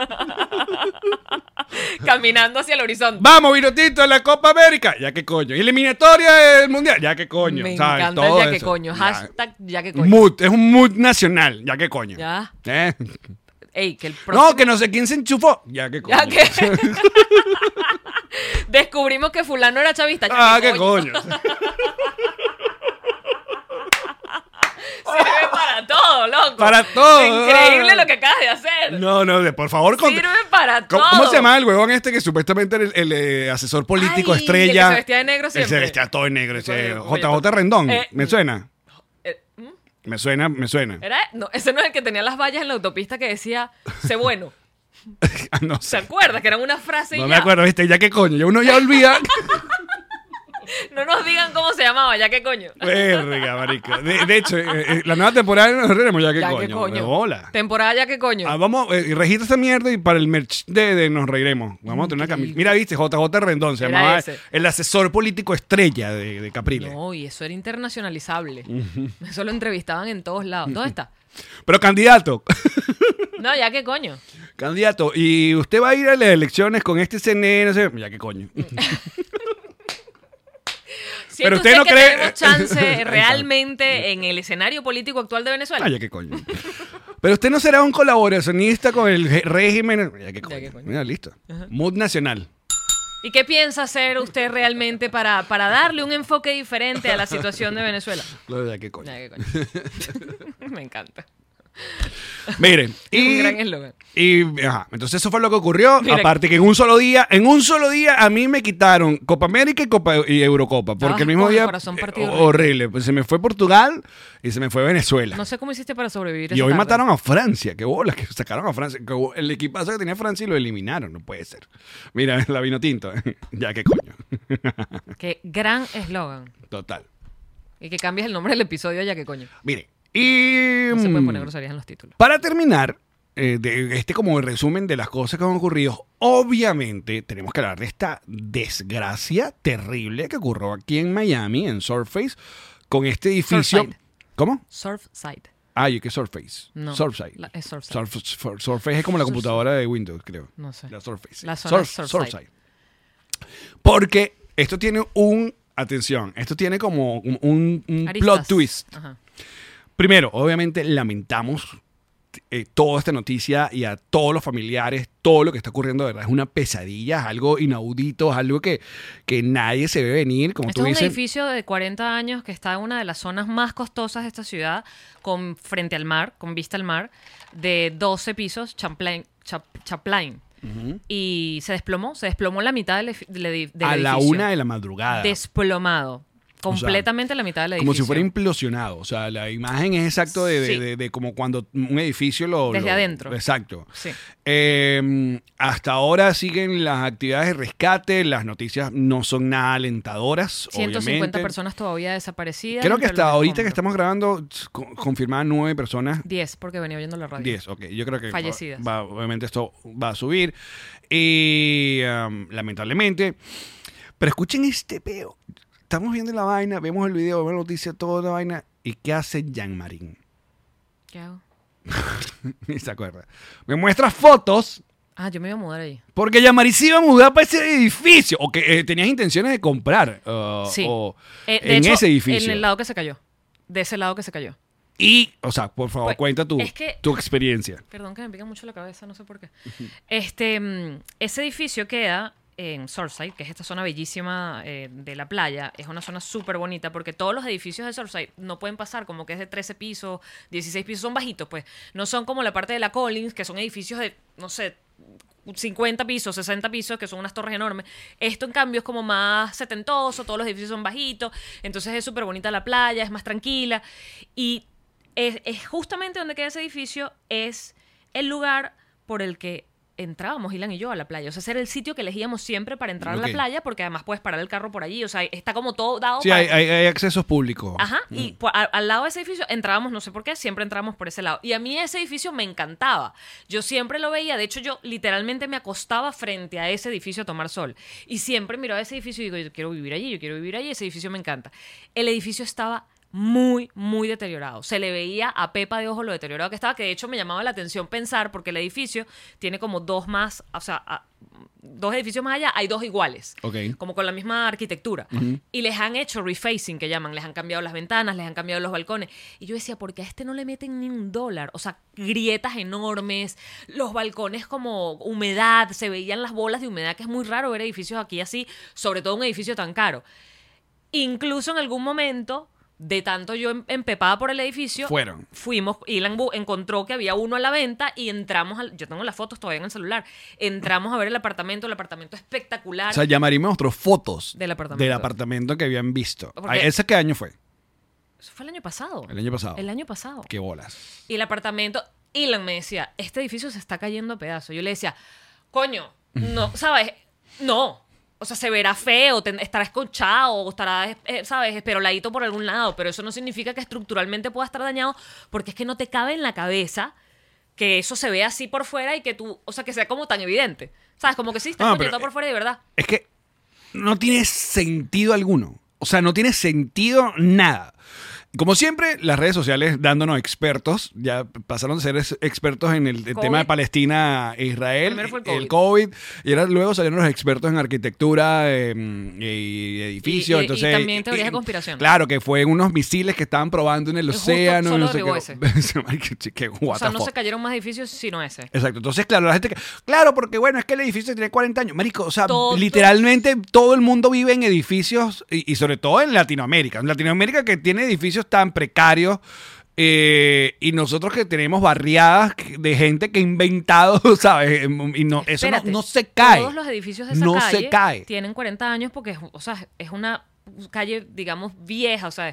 Speaker 7: (laughs) Caminando hacia el horizonte.
Speaker 6: Vamos, Virotito, en la Copa América. Ya que coño. Eliminatoria del Mundial. Ya que coño.
Speaker 7: Me
Speaker 6: ¿sabes?
Speaker 7: encanta el
Speaker 6: Todo
Speaker 7: ya que
Speaker 6: eso.
Speaker 7: coño.
Speaker 6: Ya.
Speaker 7: Hashtag ya que coño.
Speaker 6: Mood, es un mood nacional, ya que coño.
Speaker 7: Ya.
Speaker 6: ¿Eh?
Speaker 7: Ey, que el próximo-
Speaker 6: No, que no sé quién se enchufó. Ya que coño.
Speaker 7: Ya que. Descubrimos que fulano era chavista. Ya
Speaker 6: (laughs) ah,
Speaker 7: que
Speaker 6: que coño.
Speaker 7: (laughs) Sirve para todo, loco.
Speaker 6: Para todo. ah.
Speaker 7: Increíble lo que acabas de hacer.
Speaker 6: No, no, de- por favor, con-
Speaker 7: Sirve para
Speaker 6: ¿Cómo,
Speaker 7: todo.
Speaker 6: cómo se llama el huevón este que supuestamente era el, el, eh, asesor político
Speaker 7: Ay,
Speaker 6: estrella?
Speaker 7: el que se vestía de negro
Speaker 6: El
Speaker 7: siempre.
Speaker 6: se vestía todo de negro. Ese,
Speaker 7: Oye,
Speaker 6: JJ Rendón.
Speaker 7: eh,
Speaker 6: ¿Me suena?
Speaker 7: Eh, ¿hmm?
Speaker 6: Me suena, me suena.
Speaker 7: Era, no, ese no es el que tenía las vallas en la autopista que decía, sé bueno.
Speaker 6: Ah, (laughs) no
Speaker 7: ¿Se
Speaker 6: sé.
Speaker 7: acuerdas? Que eran una frase y
Speaker 6: No
Speaker 7: ya. (laughs)
Speaker 6: me acuerdo, viste, ya que coño. Uno ya olvida.
Speaker 7: No nos digan cómo se llamaba, ya qué coño.
Speaker 6: Verga, marica. De, de hecho, eh, eh, la nueva temporada de Nos Reiremos, ya que
Speaker 7: Ya
Speaker 6: coño.
Speaker 7: qué coño.
Speaker 6: Hola.
Speaker 7: Temporada ya qué coño.
Speaker 6: Ah, vamos, eh, registra esa mierda y para el merch de, de Nos Reiremos. Vamos a tener una camisa. Mira, viste, JJ Rendón se
Speaker 7: Era
Speaker 6: llamaba
Speaker 7: ese.
Speaker 6: el asesor político estrella de, de Capriles.
Speaker 7: No, y eso era internacionalizable. Eso lo entrevistaban en todos lados. ¿Dónde está?
Speaker 6: Pero candidato,
Speaker 7: No, ya qué coño.
Speaker 6: candidato, y usted va a ir a las elecciones con este CNE, no sé, ya que coño.
Speaker 7: Mm,
Speaker 6: (laughs)
Speaker 7: Siente
Speaker 6: Pero usted no
Speaker 7: que
Speaker 6: cree- (laughs)
Speaker 7: tenemos chance
Speaker 6: Exacto.
Speaker 7: realmente en el escenario político actual de Venezuela.
Speaker 6: Ah, ya que coño. Pero usted no será un colaboracionista con el ge- régimen. Ya que coño.
Speaker 7: coño.
Speaker 6: Mira, listo. Mood nacional.
Speaker 7: ¿Y qué piensa hacer usted realmente para, para darle un enfoque diferente a la situación de Venezuela?
Speaker 6: Lo de ya que coño.
Speaker 7: Ya, qué coño. (laughs) Me encanta. (laughs)
Speaker 6: Miren. Y,
Speaker 7: un gran eslogan.
Speaker 6: Y, ajá, entonces eso fue lo que ocurrió.
Speaker 7: Mira.
Speaker 6: Aparte que en un solo día, en un solo día a mí me quitaron Copa América y Copa y Eurocopa. Porque el
Speaker 7: Estabas
Speaker 6: mismo
Speaker 7: con el
Speaker 6: día...
Speaker 7: Ah, corazón
Speaker 6: eh,
Speaker 7: partido,
Speaker 6: horrible. Pues se me fue Portugal y se me fue Venezuela.
Speaker 7: No sé cómo hiciste para sobrevivir.
Speaker 6: y hoy mataron a Francia. Qué bola, que sacaron a Francia. Que bo- el equipazo que tenía Francia y lo eliminaron. No puede ser. Mira, (laughs) la vino tinto. ¿eh? ya que coño. (laughs)
Speaker 7: Qué gran eslogan.
Speaker 6: Total.
Speaker 7: Y que cambies el nombre del episodio ya que coño.
Speaker 6: Mire. Y...
Speaker 7: No se pueden
Speaker 6: mm,
Speaker 7: poner groserías en los títulos.
Speaker 6: Para terminar, eh, de este como resumen de las cosas que han ocurrido, obviamente tenemos que hablar de esta desgracia terrible que ocurrió aquí en Miami, en Surface, con este edificio.
Speaker 7: Surfside.
Speaker 6: ¿Cómo?
Speaker 7: Surfside.
Speaker 6: Ay, ¿qué Surface?
Speaker 7: No,
Speaker 6: Surfside.
Speaker 7: la- es Surfside.
Speaker 6: Surf- Sur- Surface es como la computadora de Windows, creo.
Speaker 7: No sé.
Speaker 6: La Surface.
Speaker 7: La zona
Speaker 6: Surf-
Speaker 7: Surfside.
Speaker 6: Porque esto tiene un. Atención, esto tiene como un- un- un plot
Speaker 7: Aristas.
Speaker 6: twist.
Speaker 7: Ajá.
Speaker 6: Primero, obviamente lamentamos eh, toda esta noticia y a todos los familiares, todo lo que está ocurriendo, de verdad, es una pesadilla, es algo inaudito, es algo que, que nadie se ve venir, como
Speaker 7: Este
Speaker 6: tú
Speaker 7: es un
Speaker 6: dices.
Speaker 7: edificio de 40 años que está en una de las zonas más costosas de esta ciudad, con frente al mar, con vista al mar, de 12 pisos, Champlain. Chap- Chaplain. Y se desplomó, se desplomó la mitad del, efi- del edi- del
Speaker 6: a
Speaker 7: edificio.
Speaker 6: la una de la madrugada.
Speaker 7: Desplomado. Completamente la mitad del edificio.
Speaker 6: Como si fuera implosionado. O sea, la imagen es exacto de, de-
Speaker 7: Sí.
Speaker 6: de- de como cuando un edificio lo.
Speaker 7: Desde
Speaker 6: lo-
Speaker 7: adentro.
Speaker 6: Exacto.
Speaker 7: Sí.
Speaker 6: Eh, hasta ahora siguen las actividades de rescate. Las noticias no son nada alentadoras.
Speaker 7: 150
Speaker 6: obviamente.
Speaker 7: personas todavía desaparecidas.
Speaker 6: Creo que
Speaker 7: entre
Speaker 6: hasta
Speaker 7: los
Speaker 6: ahorita que
Speaker 7: escombros.
Speaker 6: estamos grabando, co- confirmadas nueve personas.
Speaker 7: 10, porque venía oyendo la radio.
Speaker 6: 10, ok. Yo creo que va-
Speaker 7: Fallecidas.
Speaker 6: va- obviamente esto va a subir. Y am, lamentablemente. Pero escuchen este peo. Estamos viendo la vaina, vemos el video, vemos la noticia, toda la vaina. ¿Y qué hace Jean Marín?
Speaker 7: ¿Qué hago?
Speaker 6: Ni (laughs) se acuerda. Me muestra fotos
Speaker 7: Ah, yo me iba a mudar ahí.
Speaker 6: porque Jean Marín se iba a mudar para ese edificio. O que eh, tenías intenciones de comprar. uh,
Speaker 7: Sí.
Speaker 6: o
Speaker 7: Eh, de
Speaker 6: en
Speaker 7: hecho,
Speaker 6: ese edificio.
Speaker 7: En el lado que se cayó. De ese lado que se cayó.
Speaker 6: Y, o sea, por favor,
Speaker 7: Pues,
Speaker 6: cuenta tu,
Speaker 7: es que-
Speaker 6: tu experiencia.
Speaker 7: Perdón que me pica mucho la cabeza, no sé por qué. (laughs) Este, mm, ese edificio queda en Surfside, que es esta zona bellísima eh, de la playa. Es una zona súper bonita porque todos los edificios de Surfside no pueden pasar, como que es de 13 pisos, 16 pisos, son bajitos, pues. No son como la parte de la Collins, que son edificios de, no sé, 50 pisos, 60 pisos, que son unas torres enormes. Esto, en cambio, es como más setentoso, todos los edificios son bajitos, entonces es súper bonita la playa, es más tranquila. Y es, es justamente donde queda ese edificio, es el lugar por el que entrábamos Ilan y yo a la playa. O sea, ese era el sitio que elegíamos siempre para entrar a
Speaker 6: Ok.
Speaker 7: la playa, porque además puedes parar el carro por allí. O sea, está como todo dado
Speaker 6: Sí,
Speaker 7: para
Speaker 6: hay,
Speaker 7: que-
Speaker 6: hay- hay accesos públicos.
Speaker 7: Ajá, y por- a- al lado de ese edificio entrábamos, no sé por qué, siempre entrábamos por ese lado. Y a mí ese edificio me encantaba. Yo siempre lo veía, de hecho yo literalmente me acostaba frente a ese edificio a tomar sol. Y siempre miraba ese edificio y digo, yo quiero vivir allí, yo quiero vivir allí, ese edificio me encanta. El edificio estaba muy, muy deteriorado. Se le veía a Pepa de Ojo lo deteriorado que estaba, que de hecho me llamaba la atención pensar, porque el edificio tiene como dos más, o sea, a- dos edificios más allá, hay dos iguales
Speaker 6: Ok.
Speaker 7: como con la misma arquitectura. Y les han hecho refacing, que llaman, les han cambiado las ventanas, les han cambiado los balcones. Y yo decía, ¿por qué a este no le meten ni un dólar? O sea, grietas enormes, los balcones como humedad, se veían las bolas de humedad, que es muy raro ver edificios aquí así, sobre todo un edificio tan caro. Incluso en algún momento, de tanto yo em- empepada por el edificio,
Speaker 6: Fueron.
Speaker 7: fuimos, Ilan bu- encontró que había uno a la venta y entramos, al, yo tengo las fotos todavía en el celular, entramos a ver el apartamento, el apartamento espectacular.
Speaker 6: O sea, Yamari me mostró fotos
Speaker 7: Ah, Del apartamento.
Speaker 6: del apartamento que habían visto.
Speaker 7: Porque-
Speaker 6: Ay, ¿Ese qué año fue?
Speaker 7: Eso fue el año pasado.
Speaker 6: El año pasado.
Speaker 7: El año pasado.
Speaker 6: Qué bolas.
Speaker 7: Y el apartamento, Elon me decía,
Speaker 6: (laughs)
Speaker 7: este edificio se está cayendo a pedazos. Yo le decía, coño, no, ¿sabes? No. o sea, se verá feo, ten- estará esconchado, o estará, eh, ¿sabes?, esperoladito por algún lado, pero eso no significa que estructuralmente pueda estar dañado, porque es que no te cabe en la cabeza que eso se vea así por fuera y que tú, o sea, que sea como tan evidente. ¿Sabes? Como que sí, está
Speaker 6: Ah,
Speaker 7: esconchado
Speaker 6: pero-
Speaker 7: por fuera y de verdad.
Speaker 6: Es que no tiene sentido alguno. O sea, no tiene sentido nada. Como siempre, las redes sociales dándonos expertos, ya pasaron de ser es- expertos en el, el
Speaker 7: COVID.
Speaker 6: tema de Palestina e Israel,
Speaker 7: Primero fue el
Speaker 6: el COVID, y ahora luego salieron los expertos en arquitectura eh, y edificios.
Speaker 7: Y- y- y
Speaker 6: entonces,
Speaker 7: también teorías de conspiración.
Speaker 6: Claro, que fue unos misiles que estaban probando en el
Speaker 7: Justo
Speaker 6: océano.
Speaker 7: solo
Speaker 6: no sé
Speaker 7: derribó
Speaker 6: (laughs) qué. Qué- qué eh, what
Speaker 7: o sea,
Speaker 6: the
Speaker 7: no
Speaker 6: fuck.
Speaker 7: se cayeron más edificios sino ese.
Speaker 6: Exacto. Entonces, claro, la gente que. Claro, porque bueno, es que el edificio tiene 40 años. Marico, o sea,
Speaker 7: Todo-
Speaker 6: literalmente todo el mundo vive en edificios y, y sobre todo en Latinoamérica. En Latinoamérica que tiene edificios tan precarios. eh, y nosotros que tenemos barriadas de gente que ha inventado, (laughs) ¿sabes? Em, um, Y no, eso no,
Speaker 7: Espérate,
Speaker 6: no se cae.
Speaker 7: Todos los edificios de esa
Speaker 6: No
Speaker 7: calle
Speaker 6: se cae.
Speaker 7: tienen 40 años porque es, o sea, es una calle, digamos, vieja, o sea,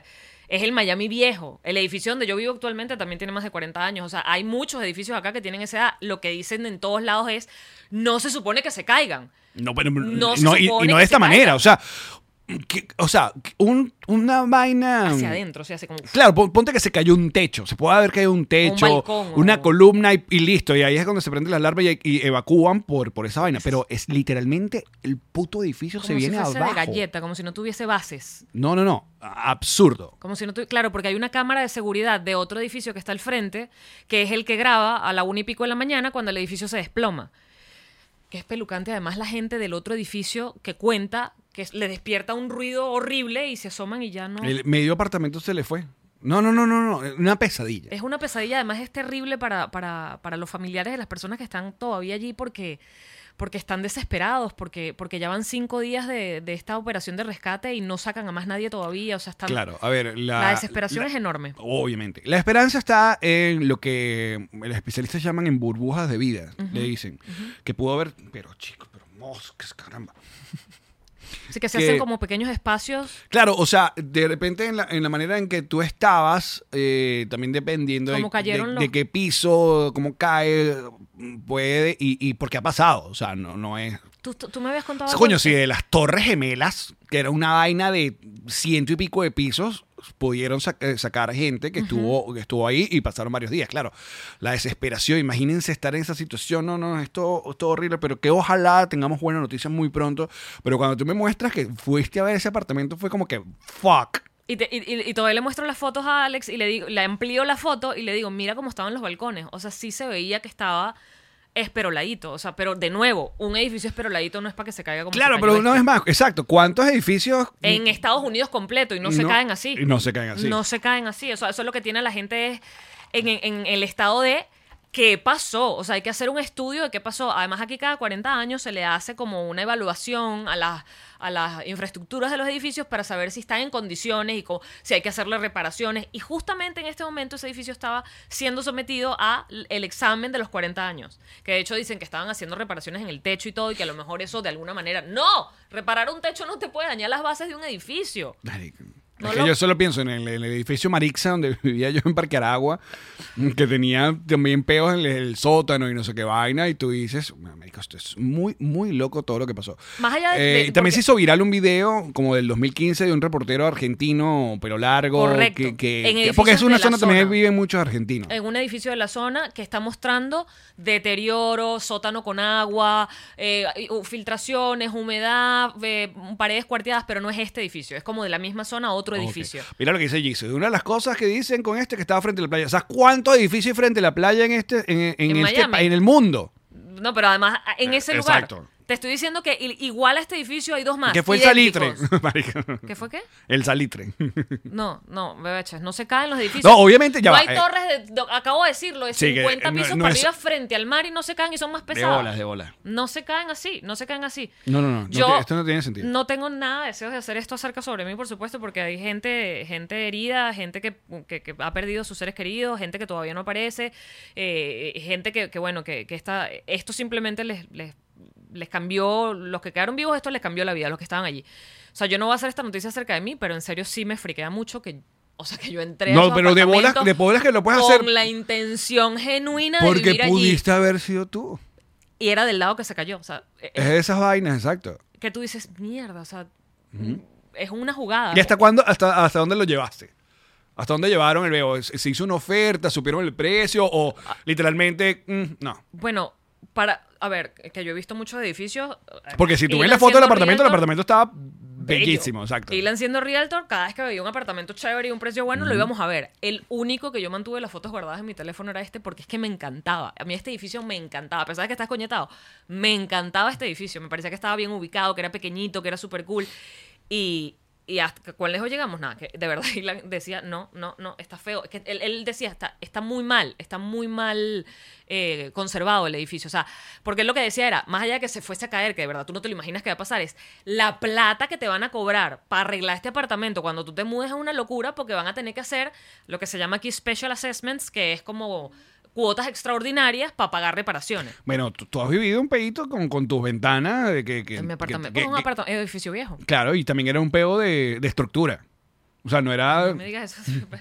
Speaker 7: es el Miami viejo. El edificio donde yo vivo actualmente también tiene más de 40 años, o sea, hay muchos edificios acá que tienen esa edad. Lo que dicen en todos lados es, no se supone que se caigan.
Speaker 6: No, pero-
Speaker 7: No se
Speaker 6: no, y,
Speaker 7: supone
Speaker 6: y no de
Speaker 7: que se
Speaker 6: esta manera.
Speaker 7: caiga.
Speaker 6: O sea, que- o sea un- una vaina.
Speaker 7: Hacia adentro, o sea, hace como...
Speaker 6: Claro, pon- ponte que se cayó un techo, se puede haber caído un techo,
Speaker 7: balcón, o-
Speaker 6: una columna y, y listo, y ahí es cuando se prende la alarma y, y evacúan por, por esa vaina, pero es literalmente el puto edificio
Speaker 7: Como
Speaker 6: se viene
Speaker 7: si fuese
Speaker 6: abajo.
Speaker 7: de galleta, como si no tuviese bases.
Speaker 6: No, no, no, a- absurdo.
Speaker 7: Como si no tuvi- Claro, porque hay una cámara de seguridad de otro edificio que está al frente, que es el que graba a la una y pico de la mañana cuando el edificio se desploma. Que es pelucante, además, la gente del otro edificio que cuenta que es- le despierta un ruido horrible y se asoman y ya no.
Speaker 6: El medio apartamento se le fue. No, no, no, no, no, una pesadilla.
Speaker 7: Es una pesadilla, además es terrible para, para, para los familiares de las personas que están todavía allí porque, porque están desesperados, porque, porque ya van cinco días de, de esta operación de rescate y no sacan a más nadie todavía. O sea, están,
Speaker 6: Claro, a ver, la,
Speaker 7: la desesperación
Speaker 6: la-
Speaker 7: es enorme.
Speaker 6: Obviamente. La esperanza está en lo que los especialistas llaman en burbujas de vida, le dicen. Que pudo haber, pero chico, pero moscas, caramba.
Speaker 7: Así que se
Speaker 6: que-
Speaker 7: hacen como pequeños espacios
Speaker 6: Claro, o sea, de repente en la, en la manera en que tú estabas, eh, también dependiendo de,
Speaker 7: Cómo cayeron
Speaker 6: de-
Speaker 7: los-
Speaker 6: de qué piso, cómo cae, puede, y, y porque ha pasado, o sea, no, no es...
Speaker 7: Tú, tú- tú me habías contado.
Speaker 6: O sea,
Speaker 7: algo
Speaker 6: Coño,
Speaker 7: de-
Speaker 6: si de las Torres Gemelas, que era una vaina de ciento y pico de pisos, pudieron sac- eh, sacar gente que estuvo, que estuvo ahí y pasaron varios días, claro. La desesperación, imagínense estar en esa situación, no, no, esto es todo horrible, pero que ojalá tengamos buenas noticias muy pronto. Pero cuando tú me muestras que fuiste a ver ese apartamento, fue como que, fuck.
Speaker 7: Y, te- y- y- y todavía le muestro las fotos a Alex y le digo, le amplío la foto y le digo, mira cómo estaban los balcones. O sea, sí se veía que estaba esperoladito. O sea, pero de nuevo, un edificio esperoladito no es para que se caiga como.
Speaker 6: Claro,
Speaker 7: se cayó
Speaker 6: pero una
Speaker 7: este.
Speaker 6: vez más, exacto. ¿Cuántos edificios?
Speaker 7: En Estados Unidos completo y no, se
Speaker 6: No,
Speaker 7: caen así.
Speaker 6: y no se caen así.
Speaker 7: No se caen así. O sea, eso es lo que tiene la gente es en, en- en el estado de qué pasó. O sea, hay que hacer un estudio de qué pasó. Además, aquí cada 40 años se le hace como una evaluación a las, a las infraestructuras de los edificios para saber si están en condiciones y co- si hay que hacerle reparaciones. Y justamente en este momento ese edificio estaba siendo sometido a l- el examen de los 40 años. Que de hecho dicen que estaban haciendo reparaciones en el techo y todo y que a lo mejor eso de alguna manera... No, reparar un techo no te puede dañar las bases de un edificio.
Speaker 6: Marico.
Speaker 7: No
Speaker 6: Es que
Speaker 7: lo-
Speaker 6: yo solo pienso en el, en el edificio Marixa, donde (laughs) vivía yo en Parque Aragua, que tenía también peos en el, el sótano y no sé qué vaina, y tú dices, "Bueno, marico, esto es muy, muy loco todo lo que pasó.
Speaker 7: Más allá de-
Speaker 6: Eh,
Speaker 7: de-
Speaker 6: y también
Speaker 7: porque-
Speaker 6: se hizo viral un video como del 2015 de un reportero argentino, pero largo,
Speaker 7: Correcto.
Speaker 6: que, que-
Speaker 7: En
Speaker 6: que-
Speaker 7: edificios
Speaker 6: porque es una
Speaker 7: de la
Speaker 6: zona, también
Speaker 7: zona.
Speaker 6: viven muchos argentinos.
Speaker 7: en un edificio de la zona que está mostrando deterioro, sótano con agua, eh, y- u- filtraciones, humedad, eh, paredes cuarteadas, pero no es este edificio, es como de la misma zona otro
Speaker 6: Ok.
Speaker 7: edificio.
Speaker 6: Mira lo que dice Jesus. Una de las cosas que dicen con este que estaba frente a la playa. ¿Sabes cuántos edificios frente a la playa en este, en, en
Speaker 7: En
Speaker 6: este
Speaker 7: Miami.
Speaker 6: pa- en el mundo?
Speaker 7: No, pero además a- en
Speaker 6: Eh,
Speaker 7: ese lugar.
Speaker 6: exacto.
Speaker 7: Te estoy diciendo que i- igual a este edificio hay dos más.
Speaker 6: que fue el
Speaker 7: idénticos.
Speaker 6: (laughs) salitre. Marico.
Speaker 7: ¿Qué fue qué?
Speaker 6: El salitre.
Speaker 7: No, no, bebeches, no se caen los edificios.
Speaker 6: No, obviamente ya
Speaker 7: No
Speaker 6: va,
Speaker 7: hay
Speaker 6: eh.
Speaker 7: torres, de- do- acabo de decirlo, de
Speaker 6: Sí, que, eh,
Speaker 7: 50
Speaker 6: no-
Speaker 7: pisos
Speaker 6: no
Speaker 7: para
Speaker 6: es-
Speaker 7: arriba frente al mar y no se caen y son más pesadas.
Speaker 6: bola.
Speaker 7: No se caen así, no se caen así.
Speaker 6: No, no, no, no
Speaker 7: Yo
Speaker 6: tiene- esto no tiene sentido.
Speaker 7: No tengo nada de deseos de hacer esto acerca sobre mí, por supuesto, porque hay gente, gente herida, gente que, que- que ha perdido sus seres queridos, gente que todavía no aparece, eh, gente que, que, bueno, que, que está, esto simplemente les, les, les cambió, los que quedaron vivos, esto les cambió la vida, los que estaban allí. O sea, yo no voy a hacer esta noticia acerca de mí, pero en serio sí me friquea mucho que... O sea, que yo entré a
Speaker 6: No,
Speaker 7: esos
Speaker 6: pero de bolas-
Speaker 7: apartamentos
Speaker 6: de bolas que lo puedes
Speaker 7: con
Speaker 6: hacer.
Speaker 7: la intención genuina de
Speaker 6: Porque
Speaker 7: vivir allí
Speaker 6: pudiste haber sido tú.
Speaker 7: y era del lado que se cayó. O sea, eh,
Speaker 6: Es de esas vainas, exacto.
Speaker 7: que tú dices, mierda, o sea, es una jugada.
Speaker 6: ¿Y hasta cuándo, hasta, hasta dónde lo llevaste? ¿Hasta dónde llevaron el video? ¿Se se hizo una oferta? ¿Supieron el precio? ¿O
Speaker 7: Ah.
Speaker 6: literalmente, mm, no?
Speaker 7: Bueno, para, a ver, que yo he visto muchos edificios. eh,
Speaker 6: Porque si tú ves
Speaker 7: Ilan
Speaker 6: la foto del
Speaker 7: siendo
Speaker 6: apartamento, el
Speaker 7: realtor,
Speaker 6: apartamento estaba
Speaker 7: bello.
Speaker 6: bellísimo, exacto.
Speaker 7: Ilan siendo realtor, cada vez que veía un apartamento chévere y un precio bueno, lo íbamos a ver. El único que yo mantuve las fotos guardadas en mi teléfono era este porque es que me encantaba. A mí este edificio me encantaba. A pesar de que está coñetado, me encantaba este edificio. Me parecía que estaba bien ubicado, que era pequeñito, que era súper cool. Y... Y hasta cuán lejos llegamos, nada, que de verdad (laughs) Ilan decía, no, no, no, está feo. Es que él, él decía, está, está muy mal, está muy mal eh, conservado el edificio. O sea, porque él lo que decía era, más allá de que se fuese a caer, que de verdad tú no te lo imaginas que va a pasar, es la plata que te van a cobrar para arreglar este apartamento cuando tú te mudes es una locura porque van a tener que hacer lo que se llama aquí special assessments, que es como cuotas extraordinarias para pagar reparaciones.
Speaker 6: Bueno, tú, tú has vivido un pedito con, con tus ventanas. De que, que-
Speaker 7: En mi
Speaker 6: que-
Speaker 7: apartamento.
Speaker 6: que-
Speaker 7: Pues un
Speaker 6: que-
Speaker 7: aparta- edificio viejo.
Speaker 6: Claro, y también era un peo de, de estructura. O sea, no era.
Speaker 7: No me digas eso. (laughs) Me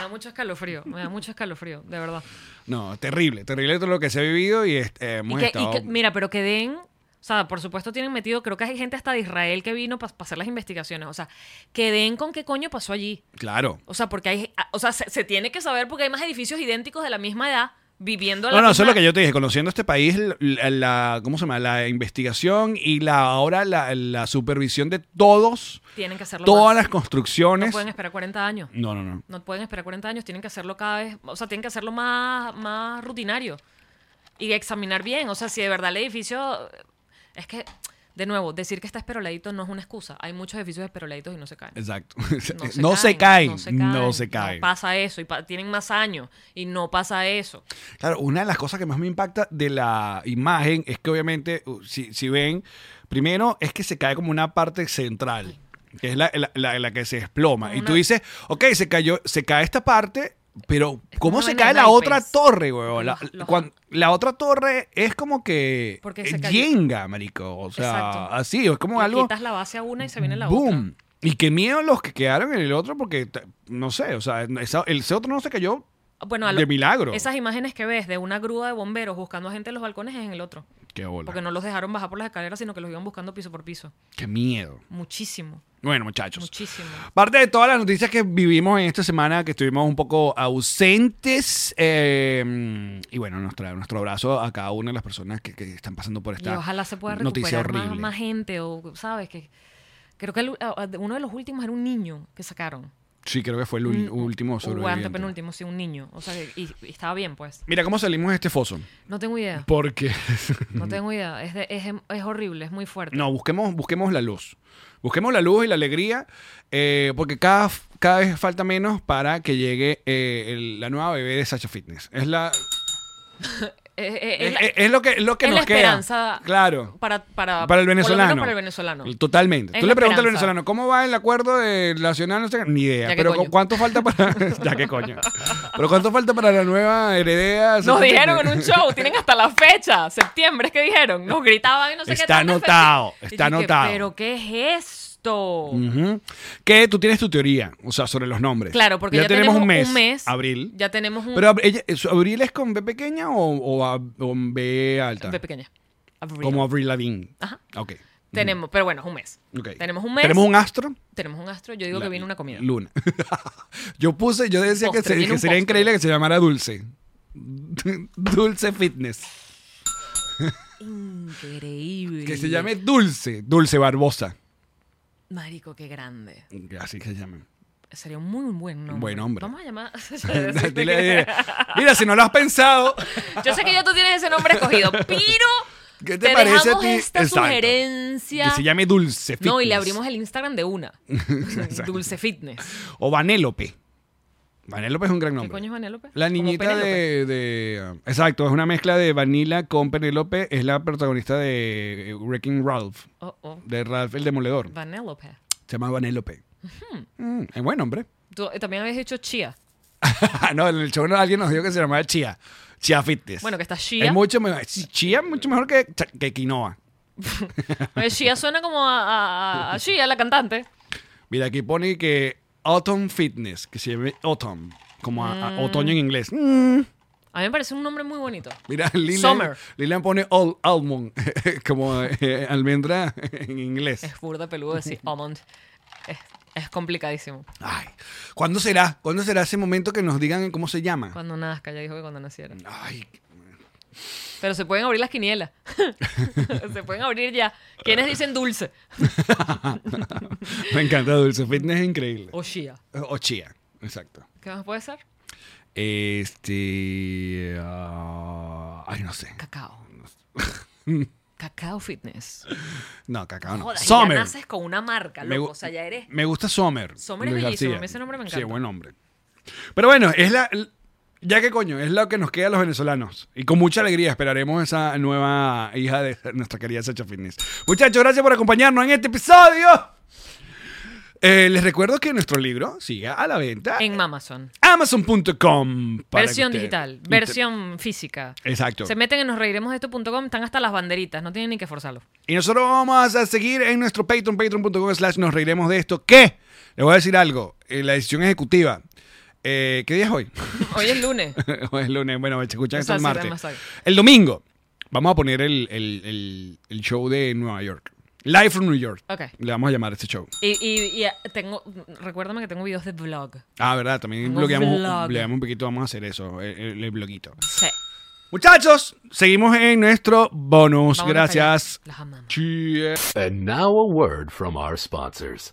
Speaker 7: da mucho escalofrío, me da mucho escalofrío, de verdad.
Speaker 6: No, terrible, terrible todo lo que se ha vivido y este,
Speaker 7: Y
Speaker 6: hemos
Speaker 7: que, y
Speaker 6: estado.
Speaker 7: que- mira, pero que den, o sea, por supuesto tienen metido, creo que hay gente hasta de Israel que vino para hacer las investigaciones, o sea, que den con qué coño pasó allí.
Speaker 6: Claro.
Speaker 7: O sea, porque hay, a- o sea, se, se tiene que saber porque hay más edificios idénticos de la misma edad viviendo a la
Speaker 6: No, no,
Speaker 7: misma-
Speaker 6: eso es lo que yo te dije. Conociendo este país, la, la- ¿cómo se llama? La investigación y la ahora la, la supervisión de todos,
Speaker 7: Tienen que hacerlo
Speaker 6: todas
Speaker 7: más.
Speaker 6: las construcciones.
Speaker 7: No pueden esperar 40 años.
Speaker 6: No, no, no.
Speaker 7: No pueden esperar 40 años, tienen que hacerlo cada vez, o sea, tienen que hacerlo más, más rutinario y examinar bien. O sea, si de verdad el edificio, es que, de nuevo, decir que está esperoladito no es una excusa. Hay muchos edificios esperoladitos y no se caen.
Speaker 6: Exacto. (laughs) Eh, No se caen. No se caen.
Speaker 7: pasa eso. Y pa- tienen más años. Y no pasa eso.
Speaker 6: Claro, una de las cosas que más me impacta de la imagen es que obviamente, uh, si, si ven, primero es que se cae como una parte central, que es la, la- la- la que se desploma.
Speaker 7: Como
Speaker 6: y tú
Speaker 7: una-
Speaker 6: dices, ok, se cayó, se cae esta parte, pero
Speaker 7: Es como
Speaker 6: ¿cómo
Speaker 7: una
Speaker 6: se
Speaker 7: vaina
Speaker 6: cae
Speaker 7: de
Speaker 6: la
Speaker 7: naipes.
Speaker 6: otra torre, weón? La,
Speaker 7: Los- los-
Speaker 6: cuan- la otra torre es como que
Speaker 7: Porque se
Speaker 6: eh,
Speaker 7: cayó.
Speaker 6: Jenga, marico. O sea,
Speaker 7: Exacto.
Speaker 6: así, es como
Speaker 7: Le
Speaker 6: algo.
Speaker 7: quitas la base a una y se viene la otra.
Speaker 6: ¡Boom! Y qué miedo los que quedaron en el otro, porque t- no sé, o sea, esa- el ese otro no se cayó.
Speaker 7: Ah, Bueno, a
Speaker 6: De milagro.
Speaker 7: Esas imágenes que ves de una grúa de bomberos buscando a gente en los balcones es en el otro.
Speaker 6: Qué bola.
Speaker 7: Porque no los dejaron bajar por las escaleras, sino que los iban buscando piso por piso.
Speaker 6: Qué miedo.
Speaker 7: Muchísimo,
Speaker 6: Bueno, muchachos.
Speaker 7: muchísimo.
Speaker 6: Parte de todas las noticias que vivimos en esta semana, que estuvimos un poco ausentes. eh, y bueno, nuestra, nuestro abrazo a cada una de las personas que, que están pasando por
Speaker 7: Y
Speaker 6: esta
Speaker 7: ojalá se pueda
Speaker 6: noticia
Speaker 7: recuperar
Speaker 6: horrible.
Speaker 7: más, más gente. O, ¿sabes? que Creo que el- a- a- uno de los últimos era un niño que sacaron.
Speaker 6: Sí, creo que fue el ul-
Speaker 7: Mm,
Speaker 6: último
Speaker 7: O
Speaker 6: sobreviviente.
Speaker 7: antepenúltimo, sí, un niño. O sea, que- y- y estaba bien, pues.
Speaker 6: Mira, ¿cómo salimos de este foso?
Speaker 7: No tengo idea.
Speaker 6: Porque...
Speaker 7: No tengo idea. Es, de- es, es horrible, es muy
Speaker 6: (laughs)
Speaker 7: fuerte.
Speaker 6: no, busquemos, busquemos la luz. Busquemos la luz y la alegría, eh, porque cada, cada vez falta menos para que llegue eh, el- la nueva bebé de Sacha Fitness. Es la...
Speaker 7: Es, es- Eh, es
Speaker 6: Es,
Speaker 7: la,
Speaker 6: es- es lo que, es lo que
Speaker 7: es la
Speaker 6: nos
Speaker 7: esperanza
Speaker 6: queda. Claro.
Speaker 7: para, para,
Speaker 6: Para el
Speaker 7: por lo menos
Speaker 6: venezolano.
Speaker 7: Para el venezolano.
Speaker 6: Totalmente.
Speaker 7: Es
Speaker 6: Tú
Speaker 7: la
Speaker 6: le preguntas al
Speaker 7: esperanza.
Speaker 6: venezolano, ¿cómo va el acuerdo de nacional? No sé, qué? ni idea.
Speaker 7: Ya qué
Speaker 6: pero
Speaker 7: coño.
Speaker 6: ¿cuánto falta para.
Speaker 7: (laughs)
Speaker 6: (laughs) ya qué coño. Pero ¿cuánto falta para la nueva heredera?
Speaker 7: Nos dijeron en un show, tienen hasta la fecha, septiembre, es que dijeron. Nos gritaban y no sé qué.
Speaker 6: Está
Speaker 7: tantas veces.
Speaker 6: anotado,
Speaker 7: Y yo
Speaker 6: está
Speaker 7: dije,
Speaker 6: anotado. Mm.
Speaker 7: Pero ¿qué es esto?
Speaker 6: Ujú. Que tú tienes tu teoría, o sea, sobre los nombres.
Speaker 7: Claro, porque ya,
Speaker 6: tenemos, un mes.
Speaker 7: mes,
Speaker 6: Abril.
Speaker 7: Ya tenemos un.
Speaker 6: Pero ab- ella- ¿su ¿Abril es con B pequeña o, o a- con B alta?
Speaker 7: de pequeña. Abril.
Speaker 6: Como Abril Lavigne.
Speaker 7: Ajá.
Speaker 6: Ok.
Speaker 7: Tenemos, pero bueno, es un mes.
Speaker 6: Ok.
Speaker 7: Tenemos un mes.
Speaker 6: Tenemos un astro.
Speaker 7: tenemos un astro. Yo digo
Speaker 6: La-
Speaker 7: que viene una comida.
Speaker 6: Luna. (laughs) yo puse, yo decía que,
Speaker 7: Postre,
Speaker 6: se-
Speaker 7: viene
Speaker 6: que
Speaker 7: un
Speaker 6: sería
Speaker 7: postre.
Speaker 6: increíble que se llamara Dulce. (laughs) Dulce Fitness.
Speaker 7: Increíble.
Speaker 6: Que se llame Dulce. Dulce Barbosa.
Speaker 7: Marico, qué grande.
Speaker 6: Así que se llame.
Speaker 7: Sería un muy buen nombre.
Speaker 6: Buen hombre.
Speaker 7: Vamos
Speaker 6: (laughs)
Speaker 7: a llamar.
Speaker 6: Dile, dile, Mira, si no lo has
Speaker 7: (laughs)
Speaker 6: pensado.
Speaker 7: Yo sé que ya tú tienes ese
Speaker 6: (laughs)
Speaker 7: nombre escogido, pero
Speaker 6: ¿Qué te parece a
Speaker 7: dejamos
Speaker 6: ti?
Speaker 7: esta
Speaker 6: Exacto.
Speaker 7: sugerencia.
Speaker 6: Que se llame Dulce Fitness.
Speaker 7: no, y le abrimos el Instagram
Speaker 6: (laughs)
Speaker 7: de una. Dulce Fitness.
Speaker 6: O Vanélope. Vanélope es un gran nombre.
Speaker 7: coño es Vanélope?
Speaker 6: La
Speaker 7: Como
Speaker 6: niñita de, de- Exacto, es una mezcla de Vanilla con Penélope. Es la protagonista de eh, Wrecking Ralph.
Speaker 7: Oh, oh.
Speaker 6: De Ralph el Demoledor.
Speaker 7: Vanélope.
Speaker 6: Se llama Vanélope. Mm, es buen nombre. (laughs)
Speaker 7: Tú eh, también habías dicho Chía.
Speaker 6: no, en el show no, alguien nos dijo que se llamaba Chia. Chia Fitness.
Speaker 7: Bueno, que está Chia.
Speaker 6: Es mucho mejor. sí, Chia es mucho mejor que, que quinoa.
Speaker 7: Eh, Chía suena como a, a- a- a Chía, la cantante.
Speaker 6: Mira, aquí pone que Autumn Fitness, que se llama Autumn, como a, a otoño en inglés. Mm,
Speaker 7: A mí me parece un nombre muy bonito.
Speaker 6: Mira, (laughs) Lilian,
Speaker 7: Summer.
Speaker 6: Lilian pone al- almond, (laughs) como eh, almendra (laughs) en inglés.
Speaker 7: Es burda
Speaker 6: (laughs)
Speaker 7: peludo decir almond. Es, es complicadísimo.
Speaker 6: Ay, ¿cuándo será? ¿Cuándo será ese momento que nos digan cómo se llama?
Speaker 7: Cuando nazca, ya dijo que cuando naciera.
Speaker 6: Ay, (laughs)
Speaker 7: Pero se pueden abrir las quinielas. (laughs) se pueden abrir ya. ¿Quiénes dicen dulce?
Speaker 6: me encanta Dulce Fitness, es increíble.
Speaker 7: O Shia.
Speaker 6: Eh, O chía, exacto.
Speaker 7: ¿Qué más puede ser?
Speaker 6: Este. ah, ay, no sé.
Speaker 7: Cacao. Cacao Fitness.
Speaker 6: No, cacao no.
Speaker 7: Joder,
Speaker 6: Summer.
Speaker 7: ya naces con una marca,
Speaker 6: Me gu-
Speaker 7: loco. O sea, ya eres.
Speaker 6: Me gusta Sommer.
Speaker 7: Sommer es
Speaker 6: Luis
Speaker 7: bellísimo,
Speaker 6: García.
Speaker 7: ese nombre me
Speaker 6: Sí,
Speaker 7: encanta.
Speaker 6: buen nombre. Pero bueno, es la. l- Ya que coño, es lo que nos queda a los venezolanos. Y con mucha alegría esperaremos esa nueva hija de (laughs) nuestra querida Sacha Fitness. Muchachos, gracias por acompañarnos en este episodio. Eh, les recuerdo que nuestro libro sigue a la venta
Speaker 7: En Amazon.
Speaker 6: Amazon.com. para que
Speaker 7: Versión
Speaker 6: usted-
Speaker 7: digital, versión física.
Speaker 6: Exacto.
Speaker 7: Se meten en nosreiremosdeesto.com, están hasta las banderitas, no tienen ni que forzarlo. (laughs)
Speaker 6: Y nosotros vamos a seguir en nuestro Patreon, patreon.com slash nos reiremos de esto. ¿Qué? Les voy a decir algo. Eh, la decisión ejecutiva. Eh, ¿Qué día es hoy? (laughs)
Speaker 7: Hoy es lunes.
Speaker 6: hoy es lunes. Bueno, me escuchan esto el
Speaker 7: Exacto, sí,
Speaker 6: martes.
Speaker 7: además,
Speaker 6: El domingo vamos a poner el, el- el- el show de Nueva York. Live from New York.
Speaker 7: Ok.
Speaker 6: Le vamos a llamar a este show.
Speaker 7: Y, y- y, eh, tengo, recuérdame que tengo videos de vlog.
Speaker 6: Ah, ¿verdad? También
Speaker 7: Un
Speaker 6: bloqueamos,
Speaker 7: vlog.
Speaker 6: bloqueamos un poquito. Vamos a hacer eso, el, el- el bloquito.
Speaker 7: Sí.
Speaker 6: Muchachos, seguimos en nuestro bonus.
Speaker 7: Vámonos
Speaker 6: Gracias.
Speaker 7: para allá. Los amamos.
Speaker 6: Cheers.
Speaker 8: And now a word from our sponsors.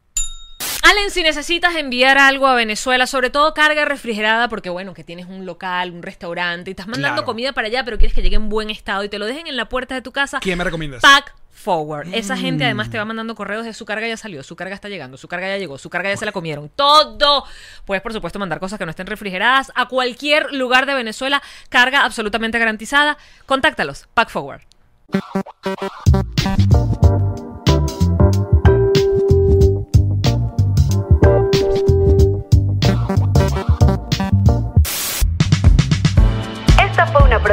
Speaker 7: Allen, si necesitas enviar algo a Venezuela, sobre todo carga refrigerada, porque bueno, que tienes un local, un restaurante y estás mandando
Speaker 6: Claro.
Speaker 7: comida para allá, pero quieres que llegue en buen estado y te lo dejen en la puerta de tu casa.
Speaker 6: ¿Quién me recomiendas? Mm.
Speaker 7: Pack Forward. Esa gente además te va mandando correos de su carga ya salió, su carga está llegando, su carga ya llegó, su carga ya se la comieron. Todo. Puedes, por supuesto, mandar cosas que no estén refrigeradas a cualquier lugar de Venezuela. Carga absolutamente garantizada. Contáctalos. Pack Forward.
Speaker 1: Esta fue una